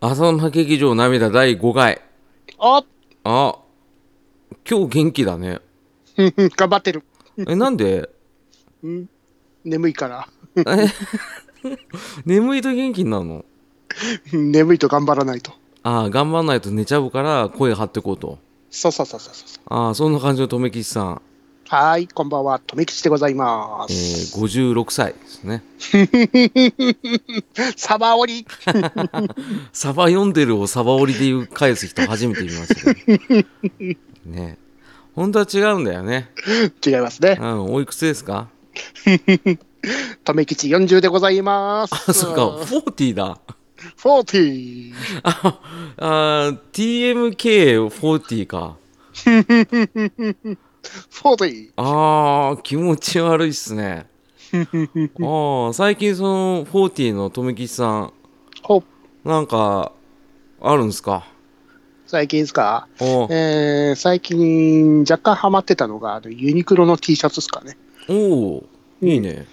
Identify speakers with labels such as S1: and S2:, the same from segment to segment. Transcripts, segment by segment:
S1: 浅沼劇場涙第5回
S2: あ
S1: あ今日元気だね
S2: 頑張ってる。
S1: えなんで
S2: 眠いから。
S1: え眠いと元気になるの
S2: 眠いと頑張らないと。
S1: ああ頑張んないと寝ちゃうから声張ってこうと
S2: そうそうそうそうそう。
S1: ああそんな感じの留吉さん、
S2: はーい、こんばんは。とめきちでございま
S1: え
S2: す。
S1: ー、56歳ですね
S2: サバオリ。
S1: サバ読んでるをサバ折りで言う返す人初めて見ましたけどね本当は違うんだよね
S2: 違いますね
S1: う。んおいくつですか
S2: とめきち40でございます。
S1: あ そっか40だ
S2: 40。
S1: ああー TMK40 か
S2: 40。
S1: あー気持ち悪いっすねあー最近その40の富吉さん
S2: ほっ
S1: なんかあるんすか
S2: 最近ですか
S1: おー
S2: えー、最近若干ハマってたのがあのユニクロの T シャツですかね。
S1: おーいいね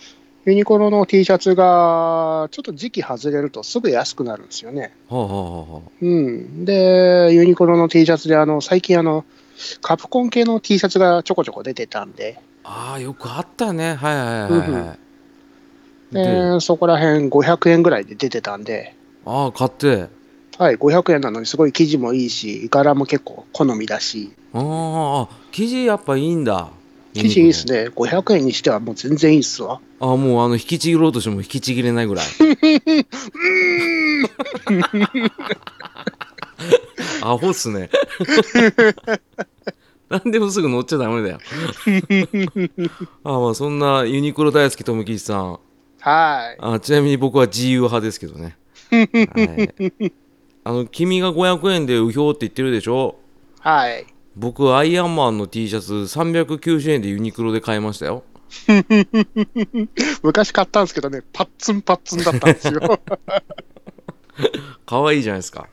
S2: ユニクロの T シャツがちょっと時期外れるとすぐ安くなるんですよね。
S1: はあはあは
S2: うん。で、ユニクロの T シャツで、あの、最近あの、カプコン系の T シャツがちょこちょこ出てたんで、
S1: ああーよくあったねはいはいはいはい
S2: で
S1: で
S2: そこら辺500円ぐらいで出てたんで、
S1: ああ買って
S2: はい、500円なのにすごい生地もいいし、柄も結構好みだし、
S1: あーあ生地やっぱいいんだ
S2: 生地いいですね。500円にしてはもう全然いいっすわ。
S1: あーもうあの引きちぎろうとしても引きちぎれないぐらいアホっすね何でもすぐ乗っちゃダメだよあーまあそんなユニクロ大好きとむきさん
S2: はい。
S1: あーちなみに僕は自由派ですけどね、はい、あの君が500円でうひょうって言ってるでしょ
S2: はい。
S1: 僕アイアンマンの T シャツ390円でユニクロで買いましたよ
S2: 昔買ったんですけどね、パッツンパッツンだったんです よ。
S1: 可愛いじゃないですか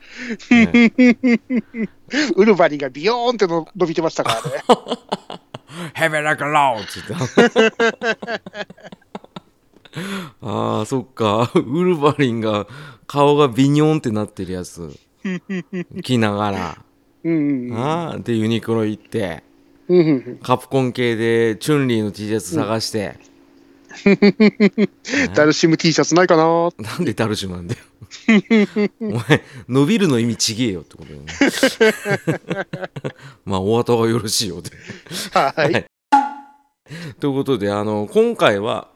S2: ウルヴァリンがビヨーンっての伸びてましたから ね。
S1: ヘベラクローっつって あーそっかウルヴァリンが顔がビニョンってなってるやつ着ながら
S2: うん。
S1: あーでユニクロ行って
S2: うん。
S1: カプコン系でチュンリーの T シャツ探して、
S2: ダルシム T シャツないか な
S1: なんでダルシムなんだよお前伸びるの意味ちげえよってことだよね まあお後がよろしいよって
S2: はい。
S1: ということであの今回は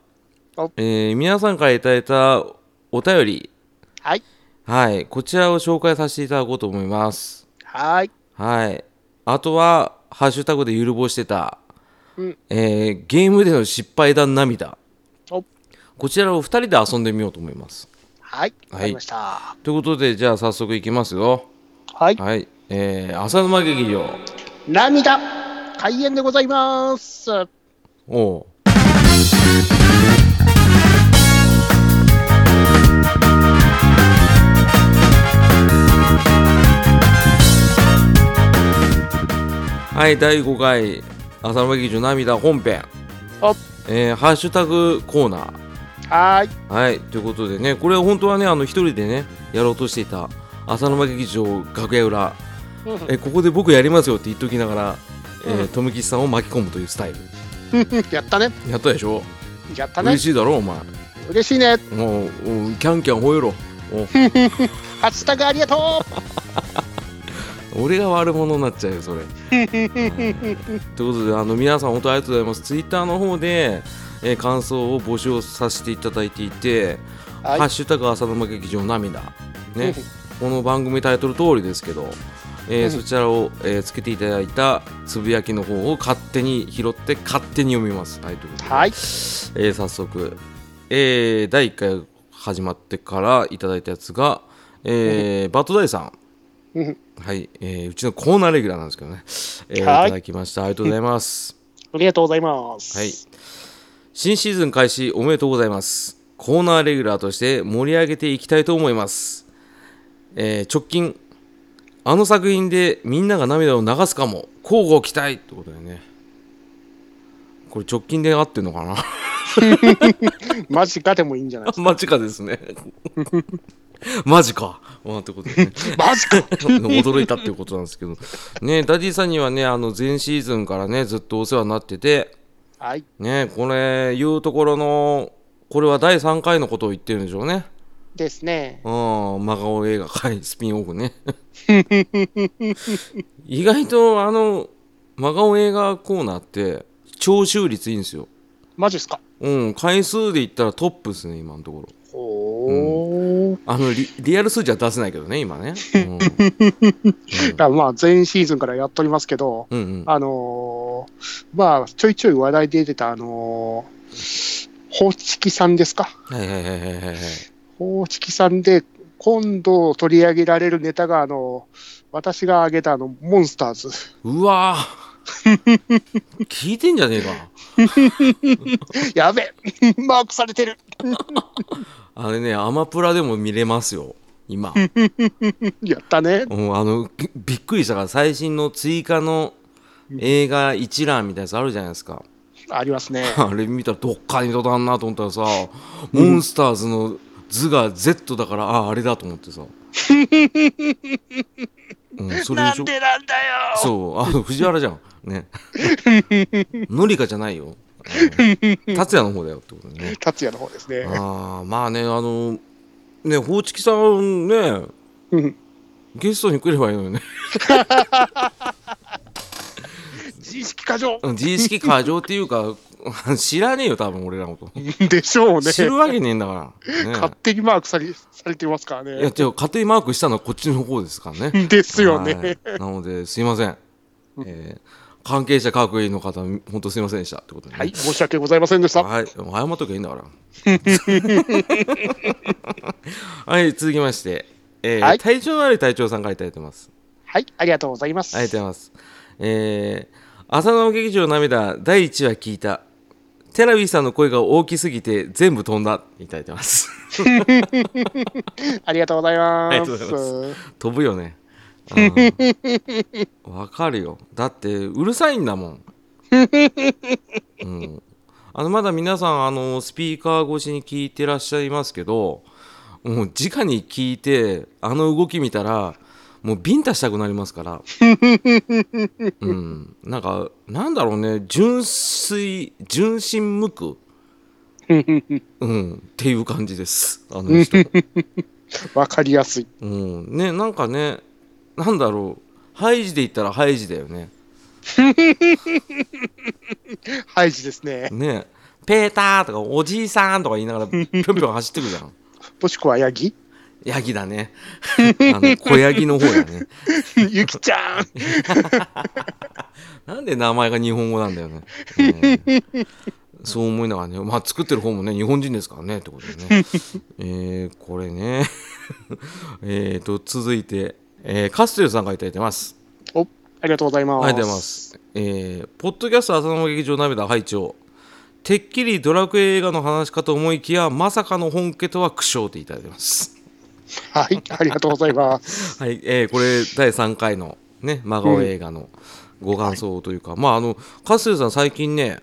S2: お、
S1: えー皆さんからいただいたお便り、
S2: はい。
S1: はい、こちらを紹介させていただこうと思います。
S2: はい。
S1: はい、あとは「ハッシュタグでゆるぼしてた」
S2: うん
S1: えーゲームでの失敗談涙
S2: お
S1: こちらを2人で遊んでみようと思います。
S2: はい。
S1: はい
S2: わかりました。
S1: ということでじゃあ早速いきますよ。
S2: はい。
S1: はい、えー浅沼劇場
S2: 涙開演でございます。は
S1: おうはい第5回浅沼劇場涙本編
S2: お
S1: えーハッシュタグコーナ
S2: ーい。
S1: ーはいということでねこれ本当はねあの一人でねやろうとしていた浅沼劇場楽屋裏えここで僕やりますよって言っときながら、えー、富吉さんを巻き込むというスタイル
S2: やったね。
S1: やったでしょ
S2: やったね
S1: 嬉。しいだろお前
S2: 嬉しいね。
S1: もうおキャンキャン吠えろ
S2: ハッシュタグありがとう。
S1: お俺が悪者になっちゃうよ それはいということであの皆さん本当にありがとうございますツイッターの方で、えー感想を募集をさせていただいていて「
S2: はい
S1: ハッシュタグ浅沼劇場涙」 ねこの番組タイトル通りですけど、えー
S2: うん
S1: そちらを、えーつけていただいたつぶやきの方を勝手に拾って勝手に読みますはいということで
S2: はい。
S1: えー早速、えー第1回始まってからいただいたやつが、えーバットダイさん、
S2: うん
S1: はいえーうちのコーナーレギュラーなんですけどね、えー
S2: はい
S1: いただきましたありがとうございます、
S2: ありがとうございます。
S1: はい。新シーズン開始おめでとうございますコーナーレギュラーとして盛り上げていきたいと思います、えー直近あの作品でみんなが涙を流すかも交互期待ってことだよねこれ直近で合ってんのかな
S2: マジかでもいいんじゃないです
S1: 間近ですね。マジか。うん、ってことでね。
S2: マジか
S1: 驚いたっていうことなんですけど。ね、ダディさんにはね、あの、前シーズンからね、ずっとお世話になってて、
S2: はい。
S1: ね、これ、言うところの、これは第3回のことを言ってるんでしょうね。
S2: ですね。
S1: うん、真顔映画界スピンオフね。意外と、あの、真顔映画コーナーって、聴取率いいんですよ。
S2: マジっすか。
S1: うん、回数で言ったらトップですね、今のところ。
S2: ほー。
S1: あのリ、リアル数字は出せないけどね、今ね。うん
S2: だからまあ、前シーズンからやっておりますけど、
S1: うんうん、
S2: あのーまあ、ちょいちょい話題で出てた、あのー、ホチキさんですか。
S1: はいはいはいはいはいはい。
S2: ホチキさんで、今度取り上げられるネタが、あのー私が挙げたあの、モンスターズ。
S1: うわぁ。聞いてんじゃねえか。
S2: やべマークされてる
S1: あれね、アマプラでも見れますよ、今。
S2: やったね。
S1: うん、あの、びびっくりしたから、最新の追加の映画一覧みたいなやつあるじゃないですか。
S2: ありますね。
S1: あれ見たらどっかにとだんなと思ったらさ、モンスターズの図が Z だから、ああ、あれだと思ってさ。うん、それで
S2: な
S1: し
S2: ん
S1: ょ
S2: でなんだよ
S1: そう、あの、藤原じゃん。ね。のりかじゃないよ。うん達也の方だよってこと ね。
S2: 達也の方ですね。
S1: あーまあね、あの、ね、ほうちきさんね、
S2: うん
S1: ゲストに来ればいいのよね。
S2: 自意識過剰
S1: 自意識過剰っていうか、 知らねえよ、多分俺らのこと。
S2: でしょうね。
S1: 知るわけねえんだから。ね
S2: 勝手にマークされされてますから
S1: いや、
S2: ね。
S1: てか勝手にマークしたのはこっちの方ですからね。
S2: ですよね。
S1: はいなので、すいません。えー関係者各位の方、本当すいませんでしたってことでね。
S2: はい、申し訳ございませんでした。
S1: はい、謝っときゃいいんだから。 はい、続きまして、えー
S2: はい
S1: 体調の悪い隊長さんからいただいてます。
S2: はい、ありがとうございます。
S1: ありがとうございます。えー、浅野劇場涙第1話聞いた。テラビーさんの声が大きすぎて全部飛んだ。いただいてます。
S2: ありがとうございま
S1: ありがとうござ
S2: す。
S1: 飛ぶよね。うんわかるよ。だって、うるさいんだもん。うん、あのまだ皆さんあの、スピーカー越しに聞いてらっしゃいますけど、もう直に聞いて、あの動き見たら、もうビンタしたくなりますから。うん、なんか、なんだろうね、純粋、純真無垢、うん、っていう感じです。あの人。
S2: わかりやすい。
S1: うん、ねなんかねなんだろうハイジで言ったらハイジだよね
S2: ハイジですね。
S1: ねペーターとかおじいさんとか言いながらぴょんぴょん走ってくじゃん
S2: もしくはヤギ
S1: ヤギだね あの小ヤギの方だね
S2: ゆきちゃん
S1: なんで名前が日本語なんだよね、ねえそう思いながらね、まあ、作ってる方もね日本人ですからねってことでねえーこれね えーと続いて、えーカステルさんがいただいてます
S2: おありがとうございます。
S1: ありがとうございま。す。えーポッドキャスト浅野劇場涙拝聴てっきりドラクエ映画の話かと思いきや、まさかの本家とは苦笑っていただいてます。
S2: はい、ありがとうござ います。
S1: はい、えーこれ、第3回のね、真顔映画のご感想というか、まあ、あの、カステルさん最近ね、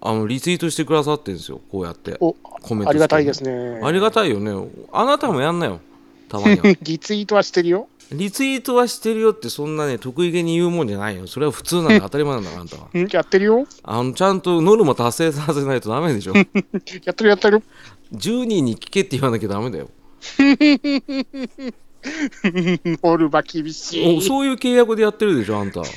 S1: あの、リツイートしてくださってるんですよ、こうやって。
S2: お
S1: コメントして
S2: ありがたいですね。
S1: ありがたいよね。あなたもやんなよ、たまに は。
S2: リツイートはしてるよ。
S1: リツイートはしてるよって、そんなね、得意げに言うもんじゃないよ。それは普通なんだ、当たり前なんだから、あんたは。
S2: うんやってるよ。
S1: あのちゃんとノルマ達成させないとダメでしょ
S2: やってるやってる。
S1: 10人に聞けって言わなきゃダメだよ
S2: オルバ厳し
S1: お
S2: い。
S1: そういう契約でやってるでしょあんたね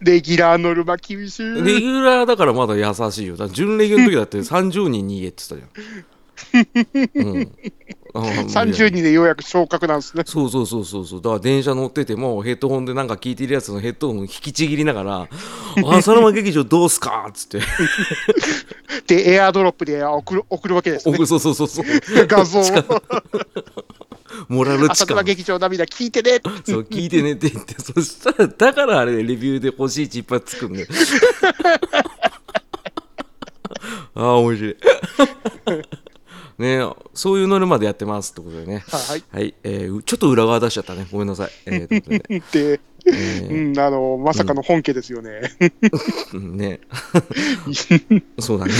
S2: レギュラーノルマ厳し
S1: えレ
S2: い。
S1: ギュラーだからまだ優しいよだから準レギュの時だって30人に言えって言ったじゃん、うんああ、
S2: 30人でようやく昇格なんで すね。
S1: そうそうそうそうそうだから電車乗っててもヘッドホンでなんか聞いてるやつのヘッドホン引きちぎりながら「あそのまま劇場どうすか?」っつって
S2: で、エアドロップで送る送るわけですね。
S1: おそうそうそうそう
S2: 画 像を。
S1: モラル
S2: 浅
S1: 痴
S2: 沼
S1: 漢
S2: 劇場涙聞いてね。
S1: そう、聞いてねって言 って、そしたら、だからあれ、レビューで欲しいチップがつくんだよ。 ああ、面白い。 ね、そういうノルマでやってますってことでね。
S2: はい。
S1: はい、えー、ちょっと裏側出しちゃったね。ごめんなさい。えーということでね
S2: で、
S1: えー
S2: うん、あの、まさかの本家ですよね。
S1: うん ね。そうだね。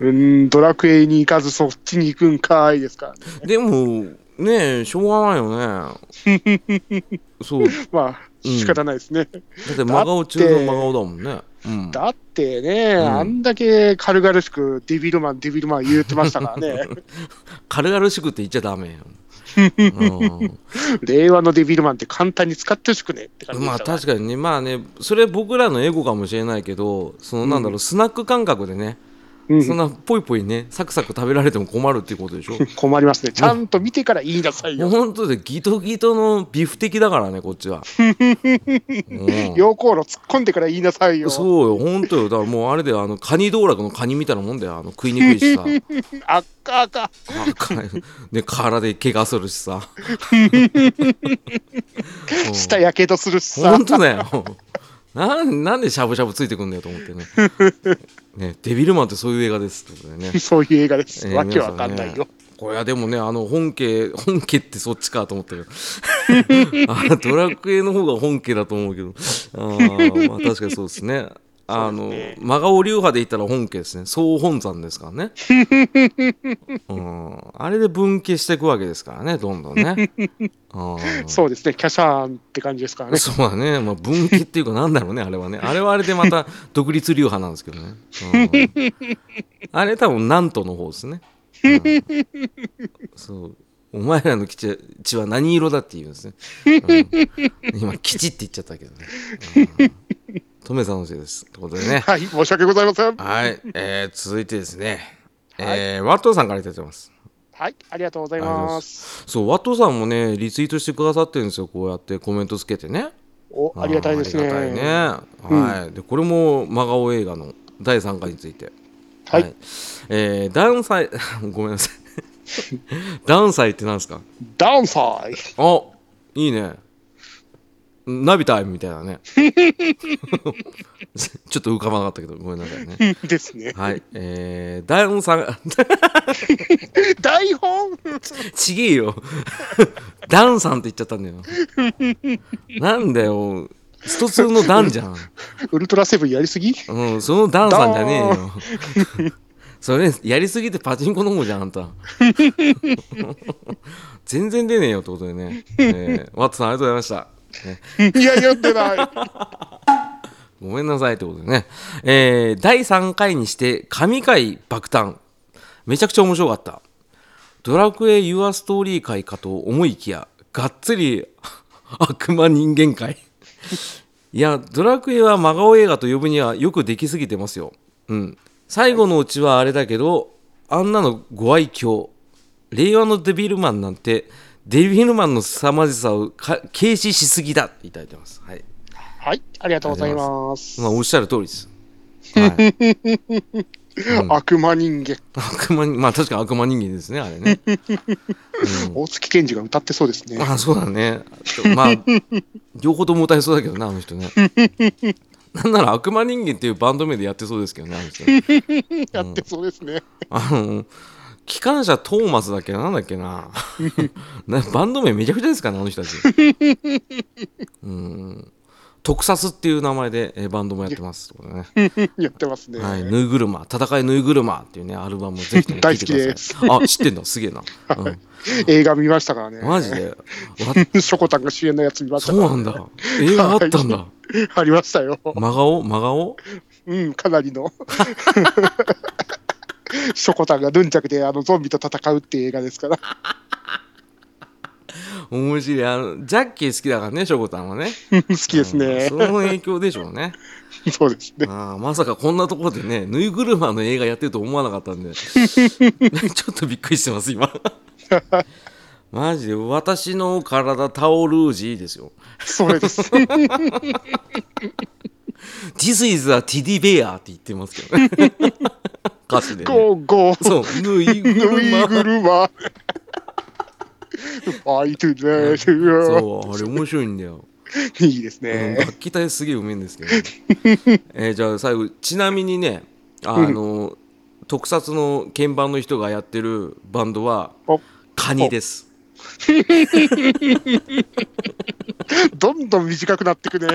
S2: うん、ドラクエに行かずそっちに行くんかいですからね。
S1: でも、ねえ、しょうがないよね。そう。だ
S2: まあ、
S1: うん
S2: 仕方ないですね。
S1: って真顔中の真顔だもんね。うん。
S2: だってね、
S1: ん
S2: あんだけ軽々しくデビルマン、デビルマン言ってましたからね。
S1: 軽々しくって言っちゃダメよ。うん
S2: 令和のデビルマンって簡単に使ってほしくねって感じで
S1: ま
S2: し
S1: あ
S2: たわ
S1: 確かにね、まあね、それ僕らのエゴかもしれないけど、そのなんだろう、スナック感覚でね、
S2: うん
S1: そんなぽいぽいね、サクサク食べられても困るっていうことでしょ。
S2: 困りますね。ちゃんと見てから言いなさい
S1: もう
S2: よ。
S1: 本当でギトギトのビフ的だからねこっ ちは、うん、
S2: 溶鉱炉突っ込んでから言いなさいよ。
S1: そうよ本当よだからもうあれであのカニ道楽のカニみたいなもんだよあの食いにくい しさ
S2: あっかあっか。
S1: あかんね体で怪我するし さうん
S2: 下やけどするしさ
S1: 本。当だよ なんなんでしゃぶしゃぶついてくんだよと思ってねねデビルマンってそういう映画ですってことだよね
S2: そういう映画です。
S1: えー
S2: わけわかんな
S1: 皆
S2: いよ。
S1: さねこれはでもねあの本家本家ってそっちかと思ったけどあドラクエの方が本家だと思うけどあー、まあ、確かにそうですねあの真顔流派で言ったら本家ですね総本山ですからね、うん、あれで分家していくわけですからねどんどんねあー
S2: そうですね。キャシャーンって感じです からね。
S1: そうだね、まあ、分岐っていうかなんだろうねあれはねあれはあれでま た独立流派なんですけどね、うんあれ多分南都の方ですね、うんそうお前らの基地血は何色だって言うんですね、うん今基地って言っちゃったけどね、うんトメさんのせいですってことでね
S2: はい、申し訳ございません。
S1: はい、えー続いてですね、
S2: はい
S1: えーワットさんからいただいてます
S2: はい、ありがとうございます。
S1: そうワットさんもねリツイートしてくださってるんですよこうやってコメントつけてね
S2: お、ありがたいですね。
S1: ありがたいねはい、でこれも真顔映画の第3回について。
S2: はい
S1: えーダウンサイ ごめんなさい。ダウンサイってなんですか。
S2: ダウンサイ。
S1: あ、いいね。ナビタイムみたいなね。 ちょっと浮かばなかったけどごめんなさいね。
S2: ですね。
S1: はい、えー、ダウン さん
S2: 台本
S1: ちげえよ。 ダンさんって言っちゃったんだよ。なんだよ。ストツーのダンじゃん。
S2: ウルトラセブンやりすぎ
S1: うん、そのダンさんじゃねえよ。 それやりすぎてパチンコの方じゃんあんた全然出ねえよってことでね、えーワットさんありがとうございました、ね
S2: いや、読ん でない。
S1: ごめんなさいってことでね、えー第3回にして神回爆誕めちゃくちゃ面白かったドラクエユアストーリー会かと思いきやがっつり悪魔人間会いやドラクエは真顔映画と呼ぶにはよくできすぎてますようん最後のうちはあれだけどあんなのご愛嬌令和のデビルマンなんてデビルマンの凄まじさをか軽視しすぎだっていただいてますはい
S2: はい、ありがとうございます。
S1: まあ、おっしゃる通りです。はい、
S2: 悪魔人間。
S1: 悪魔人まあ 確かに悪魔人間ですね、あれね。
S2: 大月健二が歌ってそうですね。
S1: まあそうだね。まあ、両方とも歌いそうだけどな、あの人ね。なんなら悪魔人間っていうバンド名でやってそうですけどね、あの人ね。
S2: やってそうですね。
S1: あの、機関車トーマスだっけな、なんだっけな。なバンド名めちゃくちゃですからね、あの人たち。うん。特撮っていう名前でえーバンドもやってます。ということでね
S2: やってますね。
S1: はい、ぬいぐるま、戦いぬいぐるまっていうね、アルバムをぜひとも聴いてください。あ、知ってんだ、すげえな。うん、
S2: 映画見ましたからね。
S1: マジで。わ
S2: ショコタンが主演のやつ見ました
S1: そ
S2: か
S1: うな
S2: ら、
S1: んだ。映画あったんだ。
S2: ありましたよ。
S1: 真顔真顔
S2: うん、かなり の。ショコタンがヌンチャクであのゾンビと戦うっていう映画ですから。
S1: 面白い。あの、ジャッキー好きだからね、しょこたんはね。
S2: 好きですね
S1: そ。の影響でしょうね。
S2: そうですね。
S1: あーまさかこんなところでね、ぬいぐるまの映画やってると思わなかったんで、 ちょっとびっくりしてます、今。 マジで、私の体タオルージーですよ。
S2: そ れです。
S1: This is a teddy bear って言ってますけどね。歌詞で、ね。
S2: ゴーゴー。
S1: そう、ぬいぐ
S2: ぬ
S1: る
S2: い
S1: ま。
S2: ぐる ま。ファイトゥート
S1: そう、あれ面白いんだよ。
S2: ゥいいです
S1: うん
S2: ね。
S1: 楽器体 すげえうめえんですけど、ねえーじゃあ最後、ちなみにね、あの、特撮の鍵盤の人がやってるバンドは
S2: お
S1: カニです
S2: どんどん短くなってくね。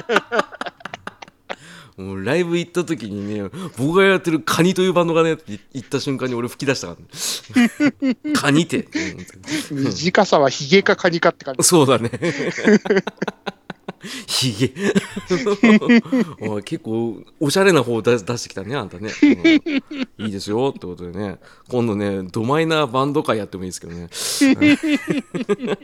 S1: もうライブ行った時にね僕がやってるカニというバンドがねって言った瞬間に俺吹き出したから、 ね、カニってって思って
S2: 短さはヒゲかカニかって感じ。
S1: そうだね。ひげ おい結構おしゃれな方を出出してきたねあんたね、うんいいですよってことでね今度ねドマイナーバンド会やってもいいですけどね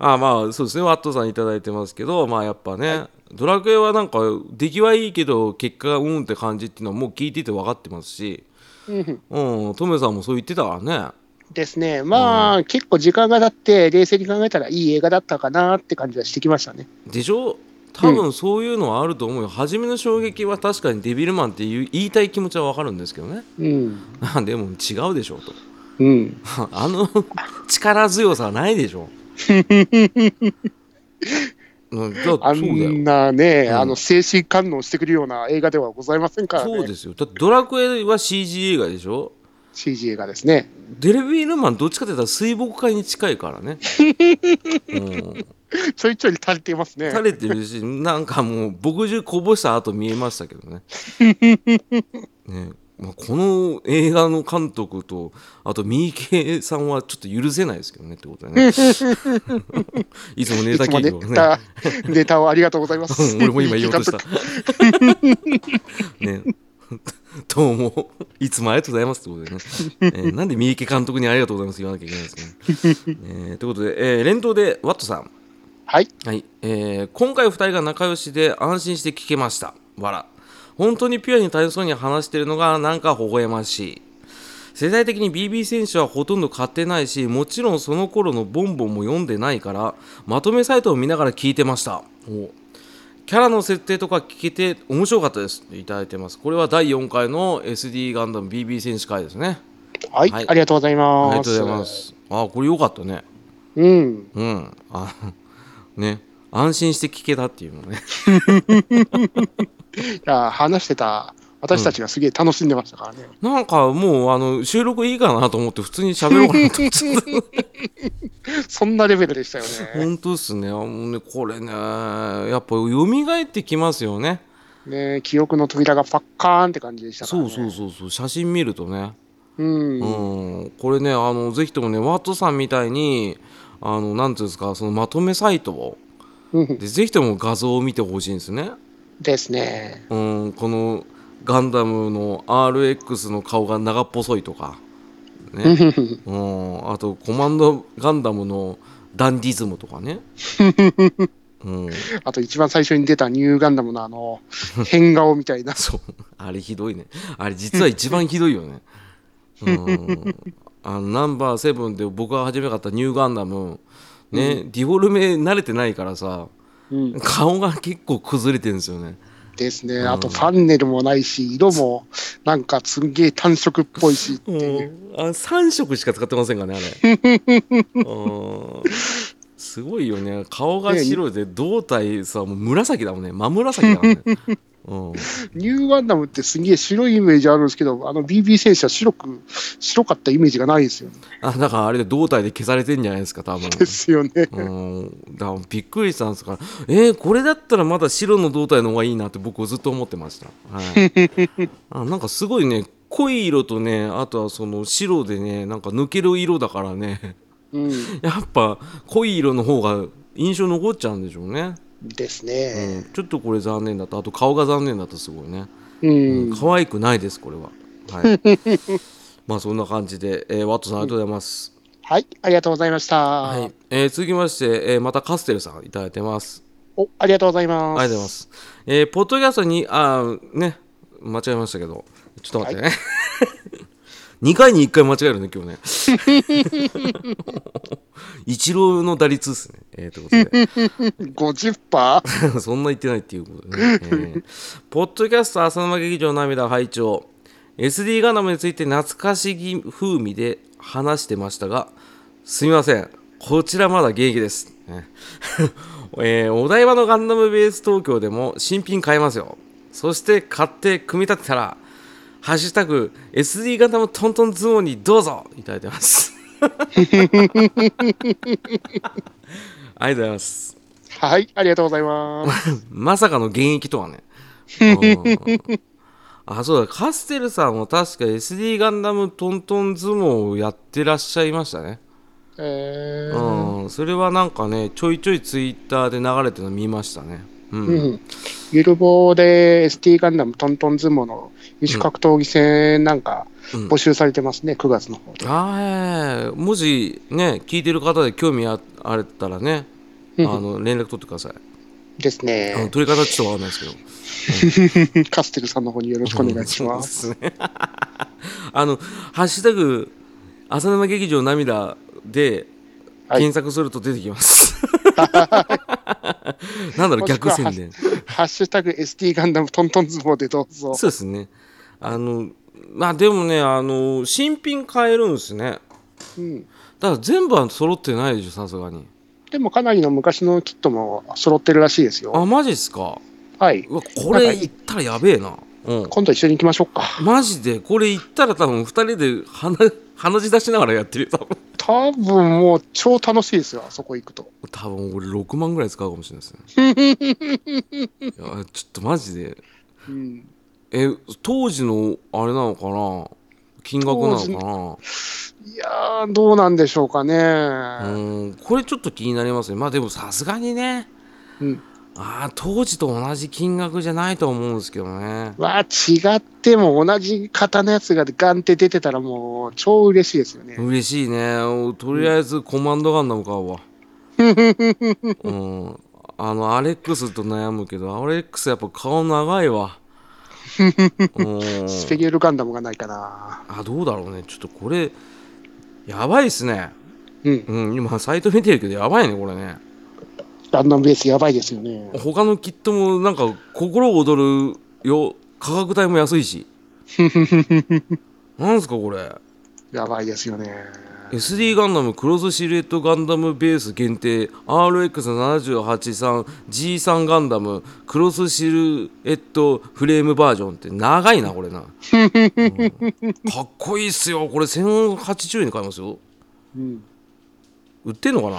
S1: あまあそうですねワットさん頂いただいてますけどまあやっぱね、ドラクエはなんか出来はいいけど結果がうんって感じっていうのはもう聞いてて分かってますし、うん、トメさんもそう言ってたからね
S2: ですね。まあ、結構時間が経って、冷静に考えたらいい映画だったかなって感じはしてきましたね。
S1: でしょ多分そういうのはあると思うよ、初めの衝撃は確かにデビルマンっていう言いたい気持ちは分かるんですけどね
S2: うん。
S1: でも違うでしょうと
S2: うん。
S1: あの 力強さはないでしょ うんだそうだ
S2: あ
S1: よ
S2: んなね、
S1: うん
S2: あの精神感応してくるような映画ではございませんから
S1: そうで
S2: ね。
S1: すよだってドラクエは CG 映画でしょ
S2: CG 映画ですね。
S1: デビルマンどっちかって言ったら水墨画に近いからね、うん、
S2: ちょいちょい足れていますね。
S1: 垂れてるしなんかもう墨汁こぼした後見えましたけど ねね、まあ、この映画の監督とあと三池さんはちょっと許せないですけどねってことで ねいつもネ
S2: い
S1: タ
S2: つ
S1: 切
S2: も
S1: り
S2: ネ
S1: をね
S2: タ、ネタをありがとうございます。
S1: うん俺も今言おうと したねどうもいつもありがとうございますってことでね、えーなんで三池監督にありがとうございますって言わなきゃいけないんですか ね、えーということで、えー連動でワットさん
S2: はい。
S1: はい、えー今回二人が仲良しで安心して聞けました。わら。本当にピュアに楽しそうに話しているのがなんか微笑ましい。世代的に BB 選手はほとんど買ってないし、もちろんその頃のボンボンも読んでないから、まとめサイトを見ながら聞いてました。おキャラの設定とか聞けて面白かったです。いただいてます。これは第4回の SD ガンダム BB 選手会ですね。
S2: はい、
S1: はい
S2: ありがとうござい
S1: あ
S2: ます。
S1: りがとうございま。す。あ、これ良かったね。
S2: うん。
S1: うん、あね安心して聞けたっていうのね
S2: いや、話してた私たちがすげえ楽しんでましたからね。
S1: なんかもうあの収録いいかなと思って普通に喋ろう かなと思って
S2: そんなレベルでしたよね。
S1: 本当ですねあもうねこれねやっぱ蘇ってきますよね
S2: ね記憶の扉がパッカーンって感じでしたから、
S1: そ
S2: ね。
S1: うそうそ
S2: そ
S1: うそう写真見るとね
S2: う。うん。
S1: うんこれねあのぜひともねワットさんみたいにあのなんていうんですかそのまとめサイトを
S2: うん
S1: でぜひとも画像を見てほしいんですね
S2: ですね。
S1: うんこのガンダムの RX の顔が長っぽそいとか ね
S2: う
S1: う
S2: ん
S1: ん、あとコマンドガンダムのダンディズムとかね。うん、
S2: あと一番最初に出たニューガンダムのあの、変顔みたいな。
S1: そう、あれひどいね。あれ実は一番ひどいよ ね。うん、あのナンバーセブンで僕が初めかったニューガンダム、ね、ディフォルメ慣れてないからさ、
S2: うん、
S1: 顔が結構崩れてるんですよね。
S2: ですね。あとファンネルもないし、色もなんかすんげえ単色っぽいしって
S1: うん
S2: いう。、
S1: あ3色しか使ってませんからねあれ うんすごいよね顔が白で胴体さもう紫だもんね真紫だ もんね、うん、
S2: ニューガンダムってすんげえ白いイメージあるんですけど、あの BB 戦車白く、白かったイメージがないですよね。
S1: あだからあれで胴体で消されてんじゃないですか 多分
S2: ですよね。
S1: うんだからびっくりしたんですからえー、これだったらまだ白の胴体の方がいいなって僕はずっと思ってました、はい、あなんかすごいね濃い色とねあとはその白でねなんか抜ける色だからね
S2: うん。
S1: やっぱ濃い色の方が印象残っちゃうんでしょうね、
S2: です
S1: う
S2: ね。
S1: ん、ちょっとこれ残念だったあと顔が残念だったすごいね、
S2: う
S1: うん
S2: ん。
S1: 可愛くないですこれは、はい、まあそんな感じで、えーワットさんありがとうございます、
S2: はい、ありがとうございました。
S1: はいえー続きまして、えーまたカステルさんいただいてます
S2: お、ありがとうございます。
S1: ありがとうございます。えーポッドキャストに、あーね、間違えましたけど、ちょっと待ってね。2回に1回間違えるね、今日ね。 一郎の打率ですね。えー、ということで。
S2: 50パ ー
S1: そんな言ってないっていうことでね。えーポッドキャスト浅沼劇場涙拝聴 SD ガンダムについて懐かしぎ風味で話してましたが、すみません。こちらまだ現役です。ねえー お台場のガンダムベース東京でも新品買えますよ。そして買って組み立てたら、ハッシュタグ SD ガンダムトントン相撲にどうぞいただいてます ありがとうございます
S2: はい、ありがとうござ います。
S1: まさかの現役とはねうんあそうだカステルさんも確か SD ガンダムトントン相撲をやってらっしゃいましたね
S2: えー
S1: うん、それはなんかねちょいちょいツイッターで流れてるの見ましたねうん、
S2: うん、ゆるぼで ST ガンダムトントン相撲の異種格闘技戦なんか
S1: うん
S2: 募集されてますね、9月の方で。
S1: あーもしね聞いてる方で興味ああれたらねあ
S2: うん
S1: の連絡取ってください、
S2: です
S1: あの
S2: ね。
S1: 取り方ちょっとわかんないですけど
S2: カステルさんの方によろしくお願いします。
S1: そうですね あの「ハッシュタグ浅沼劇場涙」で
S2: はい
S1: 検索すると出てき ます、なんだろう
S2: もし
S1: 逆
S2: くは
S1: 宣伝
S2: ハッシュタグ ST ガンダムトントン相撲でどうぞ。
S1: そうですねあのまあでもねあの新品買えるんですね
S2: うん、
S1: ただ全部は揃ってないでしょさすがに
S2: でもかなりの昔のキットも揃ってるらしいですよ。
S1: あマジっすか
S2: はい。
S1: うわこれ行ったらやべえなうん
S2: 今度一緒に行きましょうか。
S1: マジでこれ行ったら多分2人で鼻鼻血出しながらやってるよ多分
S2: 多分もう超楽しいですよ、あそこ行くと。
S1: 多分俺6万ぐらい使うかもしれないです ねいやちょっとマジで
S2: うん、
S1: え当時のあれなのかな金額な
S2: 当時
S1: の
S2: いやー、どうなんでしょうかね。
S1: かなうんこれちょっと気になりますねまあでもさすがにね
S2: うん
S1: あー当時と同じ金額じゃないと思うんですけどね
S2: わあ、違っても同じ型のやつがガンって出てたらもう超嬉しいですよね。
S1: 嬉しいねおとりあえずコマンドガンダム買 うわうんあのアレックスと悩むけどアレックスやっぱ顔長い わうん
S2: スペリュールガンダムがないかな。
S1: あどうだろうねちょっとこれやばいっすね
S2: うん。
S1: うん今サイト見てるけどやばいねこれね
S2: ガンダムベースやばいですよね。
S1: 他のキットもなんか心躍るよ価格帯も安いしなんすかこれ
S2: やばいですよね。
S1: SD ガンダムクロスシルエットガンダムベース限定 RX783G3 ガンダムクロスシルエットフレームバージョンって長いなこれな、うんかっこいいっすよこれ1080円で買えますよ
S2: うん。
S1: 売ってんのかな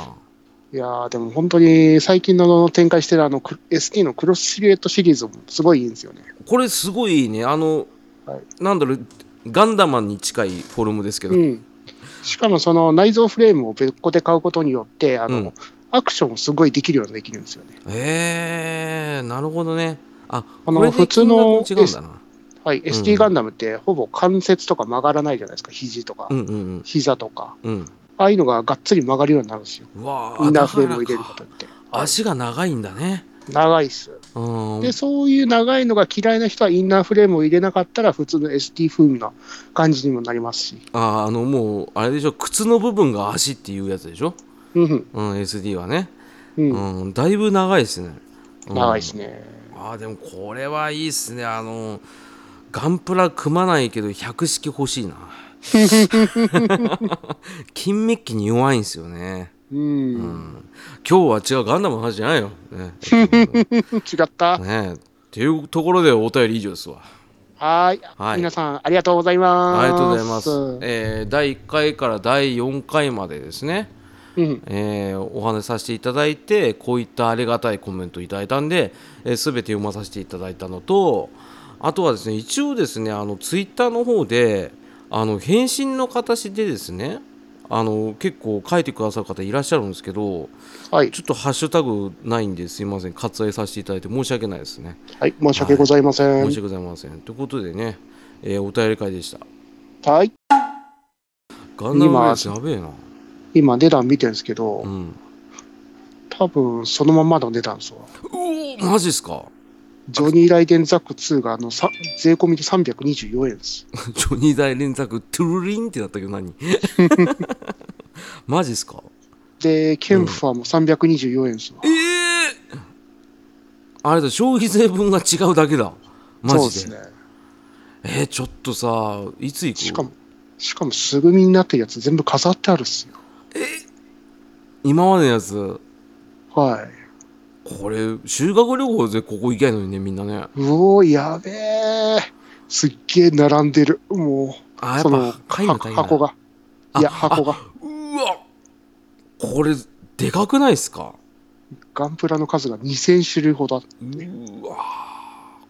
S1: い
S2: やー、でも本当に最近の展開してるあのク ST のクロスシルエットシリーズもすごいいいんですよね。
S1: これすごいいいねあの、
S2: は
S1: なんだろうガンダマンに近いフォルムですけど、
S2: うん。しかもその内蔵フレームを別個で買うことによって、あの、
S1: うん
S2: アクションをすごいできるようにできるんですよね。
S1: えー、なるほどねあ
S2: あの
S1: これで
S2: 普通の
S1: 金額も違うんだな
S2: はい。ST ガンダムってほぼ関節とか曲がらないじゃないですか。肘とか、
S1: うんうん
S2: 膝とか。
S1: うんうん
S2: ああいうのががっつり曲がるようになるんですよ。
S1: うわ
S2: イ
S1: あ
S2: ンナー
S1: だ
S2: フ
S1: か
S2: レーム
S1: ら
S2: を入れるこ
S1: か
S2: とによって。
S1: 足が長いんだね
S2: 長いっす。
S1: うん
S2: で、そういう長いのが嫌いな人はインナーフレームを入れなかったら普通の ST 風味な感じにもなりますし。
S1: ああのもうあれでしょ靴の部分が足っていうやつでしょ、
S2: うん
S1: うん、SD はね、
S2: うん。うん。
S1: うんだいぶ長いですね、うん
S2: 長いっすね。
S1: ああでもこれはいいっすねあのガンプラ組まないけど百式欲しい な金メッキに弱いんですよね、
S2: う。
S1: うんん、今日は違うガンダムの話じゃないよね
S2: 違った。
S1: ねっていうところでお便り以上ですわ
S2: はーい,、
S1: はい
S2: 皆さんありがとうございます。
S1: ありがとうございます、えー第1回から第4回までですね
S2: うん。
S1: えーお話しさせていただいてこういったありがたいコメントをいただいたんで、えー、全て読まさせていただいたのとあとはですね一応ですねあのツイッターの方であの返信の形でですねあの結構書いてくださる方いらっしゃるんですけど
S2: はい。
S1: ちょっとハッシュタグないんですいません割愛させていただいて申し訳ないですね
S2: はい。申し訳ございません。
S1: 申し訳ございませんということでね、えーお便り会でした
S2: はい。
S1: ガンダムベースやべえな
S2: 今値段見てるんですけど、
S1: うん
S2: 多分そのまんまの値段ですわ。
S1: うおーマジっすか
S2: ジョニー・ライデン・ザック2があのさ税込みで324円です。
S1: ジョニー大連作トゥルリンってなったけど何 マジっすか
S2: で、ケンファーも324円ですわ。
S1: ええあれだ消費税分が違うだけだマ
S2: そうで
S1: ジ
S2: す
S1: で
S2: ね。
S1: えーちょっとさいつ行く
S2: しかも、しかもすぐみになってるやつ全部飾ってあるっすよ。
S1: 今までのやつ
S2: はい。
S1: これ修学旅行でここ行けないのにねみんなね
S2: うおー、やべえ。すっげえ並んでる。も
S1: あ
S2: う、
S1: や
S2: そ
S1: っ
S2: の
S1: ぱ高いの
S2: は
S1: 高いな
S2: 箱が。いや、
S1: あ
S2: 箱が。
S1: うわこれでかくないですか
S2: ガンプラの数が2000種類ほどある。
S1: うわ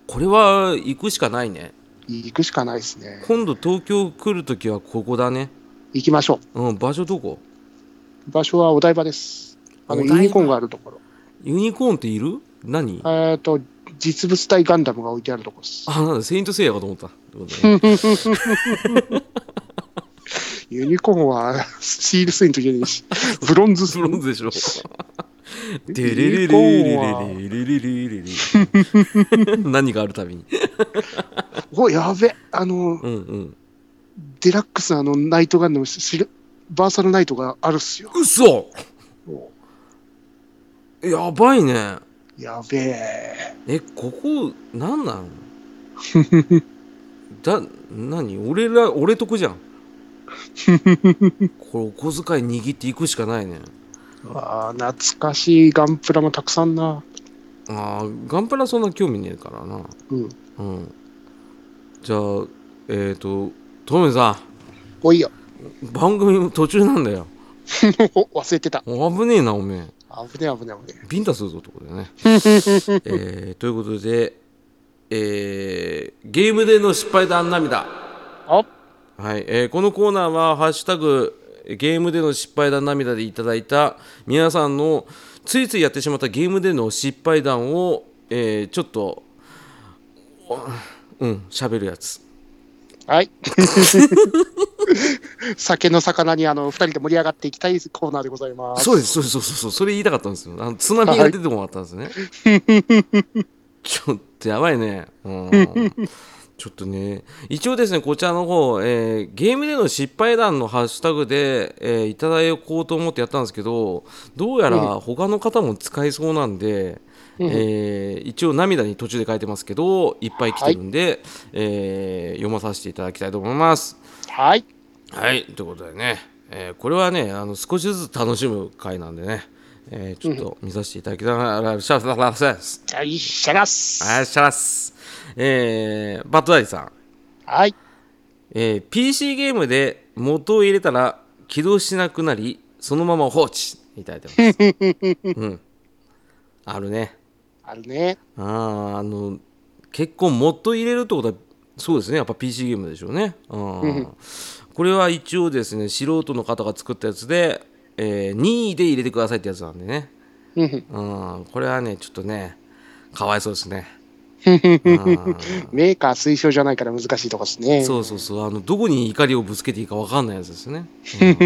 S1: これは行くしかないね
S2: 行くしかないですね。
S1: 今度東京来るときはここだね
S2: 行きましょ
S1: うん場所どこ
S2: う。場所はお台場です。あの、
S1: お台場
S2: ユニコーンがあるところ。
S1: ユニコーンっている何あ
S2: えっと、実物体ガンダムが置いてあるとこです。
S1: なんだセイントセイヤかと思ったってことね
S2: ユニコーンは スチールスイントじゃね えし、ブロンズス
S1: ブ
S2: イン
S1: ロンズでしょデレレレレレ
S2: ユニコーンは、
S1: レレレレレレ何があるたびに
S2: お、やべ、あの、
S1: うんうん
S2: デラックスのあの、ナイトガンダム、シルバーサルナイトがあるっすよ。
S1: うそ
S2: お
S1: やばいね
S2: やべえ。
S1: えここなんなのだ何俺ら俺得じゃんこれお小遣い握っていくしかないね
S2: ああ、懐かしいガンプラもたくさんな。
S1: あーガンプラそんな興味ねえからな
S2: うん。
S1: うんじゃあえっ、ー、とトメさ
S2: おいよ。
S1: ん番組も途中なんだよ
S2: お忘れてた。
S1: もう危ねえなおめえ
S2: 危ねえ危ねえ危ね
S1: ビンタするぞってことだよね、えー、ということでえー、ゲームでの失敗談涙
S2: え。あ
S1: はい、えーこのコーナーは「ハッシュタグゲームでの失敗談涙」でいただいた皆さんのついついやってしまったゲームでの失敗談を、えーちょっとおうん喋るやつ
S2: はい。酒の魚にあの二人で盛り上がっていきたいコーナーでございます。
S1: そうですそうですそうですそうですそれ言いたかったんですよあの津波が出てこなかったんです ね、ちょっとやばいねうんちょっとね一応ですねこちらの方、えーゲームでの失敗談のハッシュタグで、えーいただこうと思ってやったんですけどどうやら他の方も使えそうなんで、
S2: うん
S1: えー一応涙に途中で書いてますけどいっぱい来てるんで、えー読まさせていただきたいと思います
S2: はい。
S1: はい、ということでね、えーこれはね、あの少しずつ楽しむ回なんでね、えーちょっと見させていただきながら、シャララシャラス
S2: じゃあ、いっしゃがっす。
S1: あーシャラス、えーバッドダディさん、
S2: はい。
S1: えー PC ゲームで元を入れたら起動しなくなり、そのまま放置、いただいてます。うん、あるね。
S2: あるね。
S1: あーあの結構モッド入れるってことはそうですねやっぱ PC ゲームでしょうね、うん、これは一応ですね素人の方が作ったやつで、えー任意で入れてくださいってやつなんでね、
S2: うん
S1: うん、これはねちょっとねかわいそうですね
S2: メーカー推奨じゃないから難しいとこですね。
S1: そうそうそうあのどこに怒りをぶつけていいか分かんないやつですね,、うん、